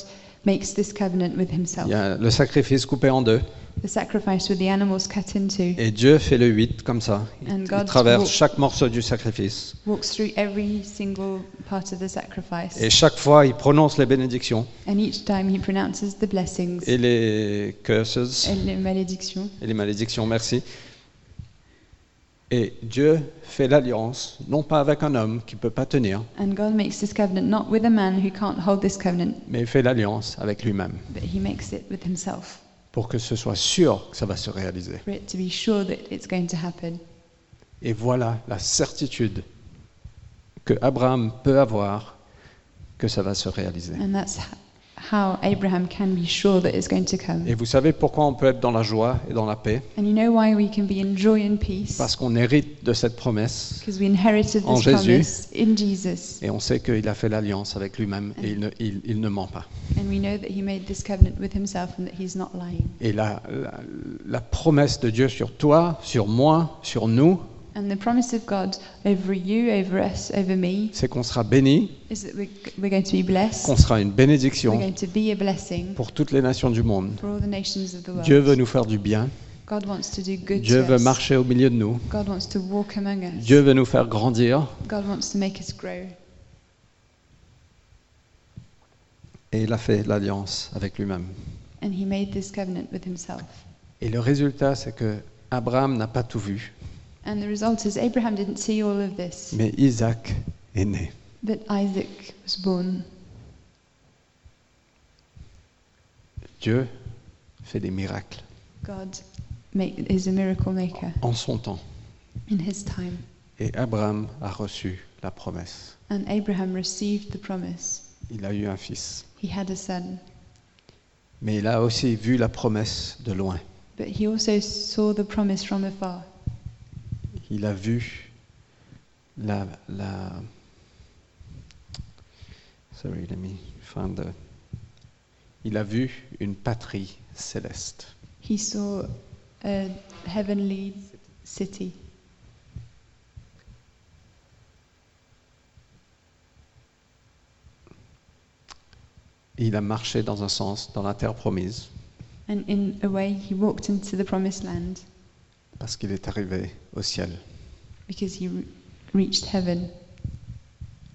Speaker 1: makes this covenant with
Speaker 2: Il
Speaker 1: himself.
Speaker 2: y a le sacrifice coupé en deux,
Speaker 1: The sacrifice with the animals cut into
Speaker 2: et Dieu fait le 8 comme ça.
Speaker 1: And
Speaker 2: Il, il
Speaker 1: God's
Speaker 2: traverse
Speaker 1: walk.
Speaker 2: chaque morceau du sacrifice,
Speaker 1: walks through every single part of the sacrifice,
Speaker 2: et chaque fois, il prononce les bénédictions
Speaker 1: and each time he pronounces the blessings
Speaker 2: et les curses.
Speaker 1: and the malédiction.
Speaker 2: et les malédictions, merci. Et Dieu fait l'alliance, non pas avec un homme qui ne peut pas tenir,
Speaker 1: And God makes this covenant not with a man who can't hold this covenant,
Speaker 2: mais il fait l'alliance avec lui-même,
Speaker 1: but he makes it with himself
Speaker 2: pour que ce soit sûr que ça va se réaliser.
Speaker 1: for it to be sure that it's going to happen.
Speaker 2: Et voilà la certitude que Abraham peut avoir que ça va se réaliser.
Speaker 1: And that's h- how Abraham can be sure that it's going to come.
Speaker 2: Et vous savez pourquoi on peut être dans la joie et dans la paix
Speaker 1: And you know why we can be in joy and peace?
Speaker 2: Parce qu'on hérite de cette promesse
Speaker 1: Because we inherited
Speaker 2: En
Speaker 1: this
Speaker 2: Jésus.
Speaker 1: promise in Jesus,
Speaker 2: et on sait qu'il a fait l'alliance avec lui-même et il ne, il- il ne ment pas.
Speaker 1: and we know that He made this covenant with Himself and that He's not lying.
Speaker 2: Et la- la- la promesse de Dieu sur toi, sur moi, sur nous,
Speaker 1: And the promise of God over you, over us, over me
Speaker 2: c'est qu'on sera béni,
Speaker 1: is that we're, g- we're going to be blessed,
Speaker 2: qu'on sera une
Speaker 1: we're
Speaker 2: bénédiction
Speaker 1: going to be a blessing
Speaker 2: pour toutes les nations du monde.
Speaker 1: for all the nations of the world.
Speaker 2: Dieu veut nous faire du bien,
Speaker 1: God wants to do good
Speaker 2: Dieu
Speaker 1: to
Speaker 2: veut
Speaker 1: us.
Speaker 2: marcher au milieu de nous,
Speaker 1: God wants to walk among us.
Speaker 2: Dieu veut nous faire grandir.
Speaker 1: God wants to make us grow.
Speaker 2: Et il a fait l'alliance avec lui-même.
Speaker 1: And He made this covenant with Himself.
Speaker 2: Et le résultat, c'est que Abraham n'a pas tout vu,
Speaker 1: And the result is Abraham didn't see all of this,
Speaker 2: mais Isaac est né.
Speaker 1: but Isaac was born.
Speaker 2: Dieu fait des miracles
Speaker 1: God make, is a miracle maker
Speaker 2: en son temps.
Speaker 1: in His time.
Speaker 2: Et Abraham a reçu la promesse.
Speaker 1: And Abraham received the promise.
Speaker 2: Il a eu un fils.
Speaker 1: He had a son,
Speaker 2: Mais il a aussi vu la promesse de loin.
Speaker 1: but he also saw the promise from afar.
Speaker 2: il a vu la, la sorry let me find the- il a vu une patrie céleste
Speaker 1: He saw a heavenly city.
Speaker 2: Et il a marché dans un sens dans la terre promise
Speaker 1: And in a way, he walked into the promised land
Speaker 2: parce qu'il est arrivé au ciel
Speaker 1: because he re- reached heaven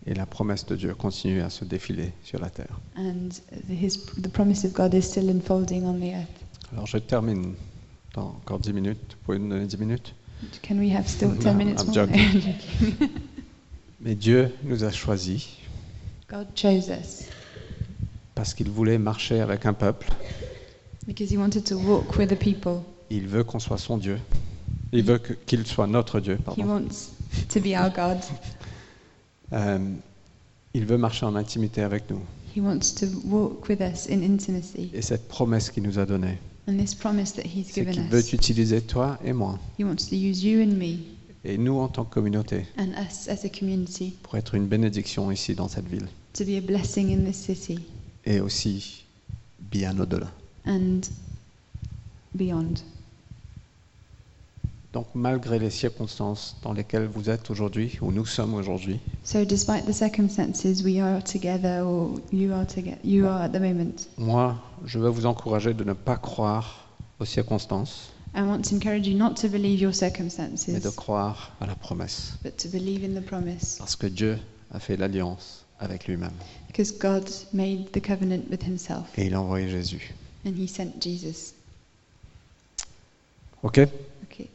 Speaker 2: et la promesse de Dieu continue à se défiler sur la terre
Speaker 1: and the, his, the promise of God is still unfolding on the earth.
Speaker 2: alors je termine dans encore 10 minutes vous pouvez me donner 10 minutes
Speaker 1: Can we have still 10
Speaker 2: No,
Speaker 1: minutes
Speaker 2: I'm
Speaker 1: more?
Speaker 2: joking. mais Dieu nous a choisis
Speaker 1: God chose us
Speaker 2: parce qu'il voulait marcher avec un peuple
Speaker 1: because he wanted to walk with the people.
Speaker 2: il veut qu'on soit son Dieu il veut que- qu'il soit notre Dieu
Speaker 1: He
Speaker 2: pardon
Speaker 1: wants to be our God.
Speaker 2: Euh, il veut marcher en intimité avec nous.
Speaker 1: He wants to walk with us in intimacy.
Speaker 2: Et cette promesse qu'il nous a donnée,
Speaker 1: And this promise that He's
Speaker 2: c'est qu'il
Speaker 1: given
Speaker 2: veut
Speaker 1: us,
Speaker 2: utiliser toi et moi,
Speaker 1: He wants to use you and me
Speaker 2: et nous en tant que communauté,
Speaker 1: and us as a community
Speaker 2: pour être une bénédiction ici dans cette ville,
Speaker 1: to be a blessing in this city
Speaker 2: et aussi bien au-delà.
Speaker 1: and beyond.
Speaker 2: Donc malgré les circonstances dans lesquelles vous êtes aujourd'hui, ou nous sommes aujourd'hui,
Speaker 1: So, despite the circumstances we are together, or you are together, you are at the moment.
Speaker 2: moi, je veux vous encourager de ne pas croire aux circonstances,
Speaker 1: I want to encourage you not to believe your
Speaker 2: mais de
Speaker 1: circumstances,
Speaker 2: croire à la promesse,
Speaker 1: but to believe in the promise,
Speaker 2: parce que Dieu a fait l'alliance avec lui-même,
Speaker 1: because God made the covenant with Himself,
Speaker 2: et il a envoyé Jésus.
Speaker 1: and He sent Jesus.
Speaker 2: Ok
Speaker 1: Okay,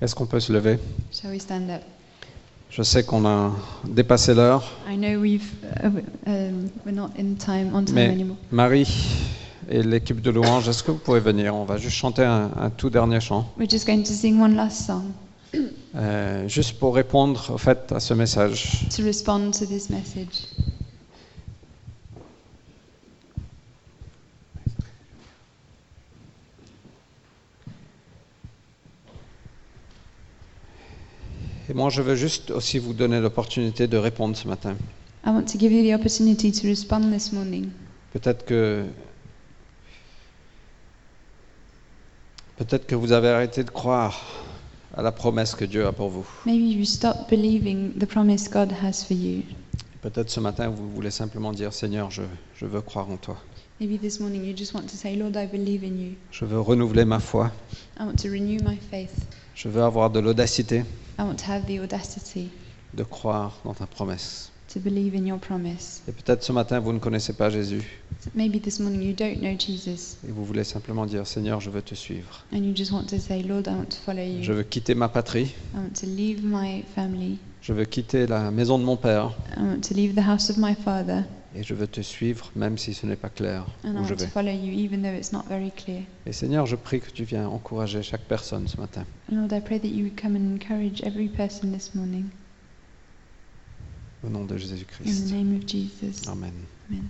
Speaker 2: Est-ce qu'on peut se lever
Speaker 1: shall we stand up?
Speaker 2: Je sais qu'on a dépassé l'heure,
Speaker 1: I know we've uh, um, we're not in time on time
Speaker 2: mais
Speaker 1: anymore.
Speaker 2: Marie et l'équipe de louange, est-ce que vous pouvez venir On va juste chanter un, un tout dernier chant,
Speaker 1: We're just going to sing one last song
Speaker 2: euh, juste pour répondre au fait à ce message.
Speaker 1: to respond to this message.
Speaker 2: Et moi, je veux juste aussi vous donner l'opportunité de répondre ce matin.
Speaker 1: I want to give you the opportunity to respond this morning.
Speaker 2: Peut-être que peut-être que vous avez arrêté de croire à la promesse que Dieu a pour vous.
Speaker 1: Maybe you stop believing the promise God has for you.
Speaker 2: Peut-être ce matin vous voulez simplement dire Seigneur, je, je veux croire en toi.
Speaker 1: Maybe this morning you just want to say, Lord, I believe in you.
Speaker 2: Je veux renouveler ma foi.
Speaker 1: I want to renew my faith.
Speaker 2: Je veux avoir de l'audacité
Speaker 1: I want to have the audacity
Speaker 2: de croire dans ta promesse.
Speaker 1: to believe in your promise.
Speaker 2: Et peut-être ce matin vous ne connaissez pas Jésus
Speaker 1: Maybe this morning you don't know Jesus
Speaker 2: et vous voulez simplement dire Seigneur, je veux te suivre.
Speaker 1: and you just want to say, Lord, I want to follow you.
Speaker 2: Je veux quitter ma patrie.
Speaker 1: I want to leave my family.
Speaker 2: Je veux quitter la maison de mon père
Speaker 1: I want to leave the house of my father
Speaker 2: et je veux te suivre même si ce n'est pas clair
Speaker 1: and I
Speaker 2: où
Speaker 1: want
Speaker 2: je
Speaker 1: to
Speaker 2: vais.
Speaker 1: follow you even though it's not very clear.
Speaker 2: Et Seigneur, je prie que tu viennes encourager chaque personne ce matin.
Speaker 1: And Lord, I pray that you would come and encourage every person this morning.
Speaker 2: Au nom de
Speaker 1: In the
Speaker 2: Jésus-Christ.
Speaker 1: name of Jesus.
Speaker 2: Amen.
Speaker 1: Amen.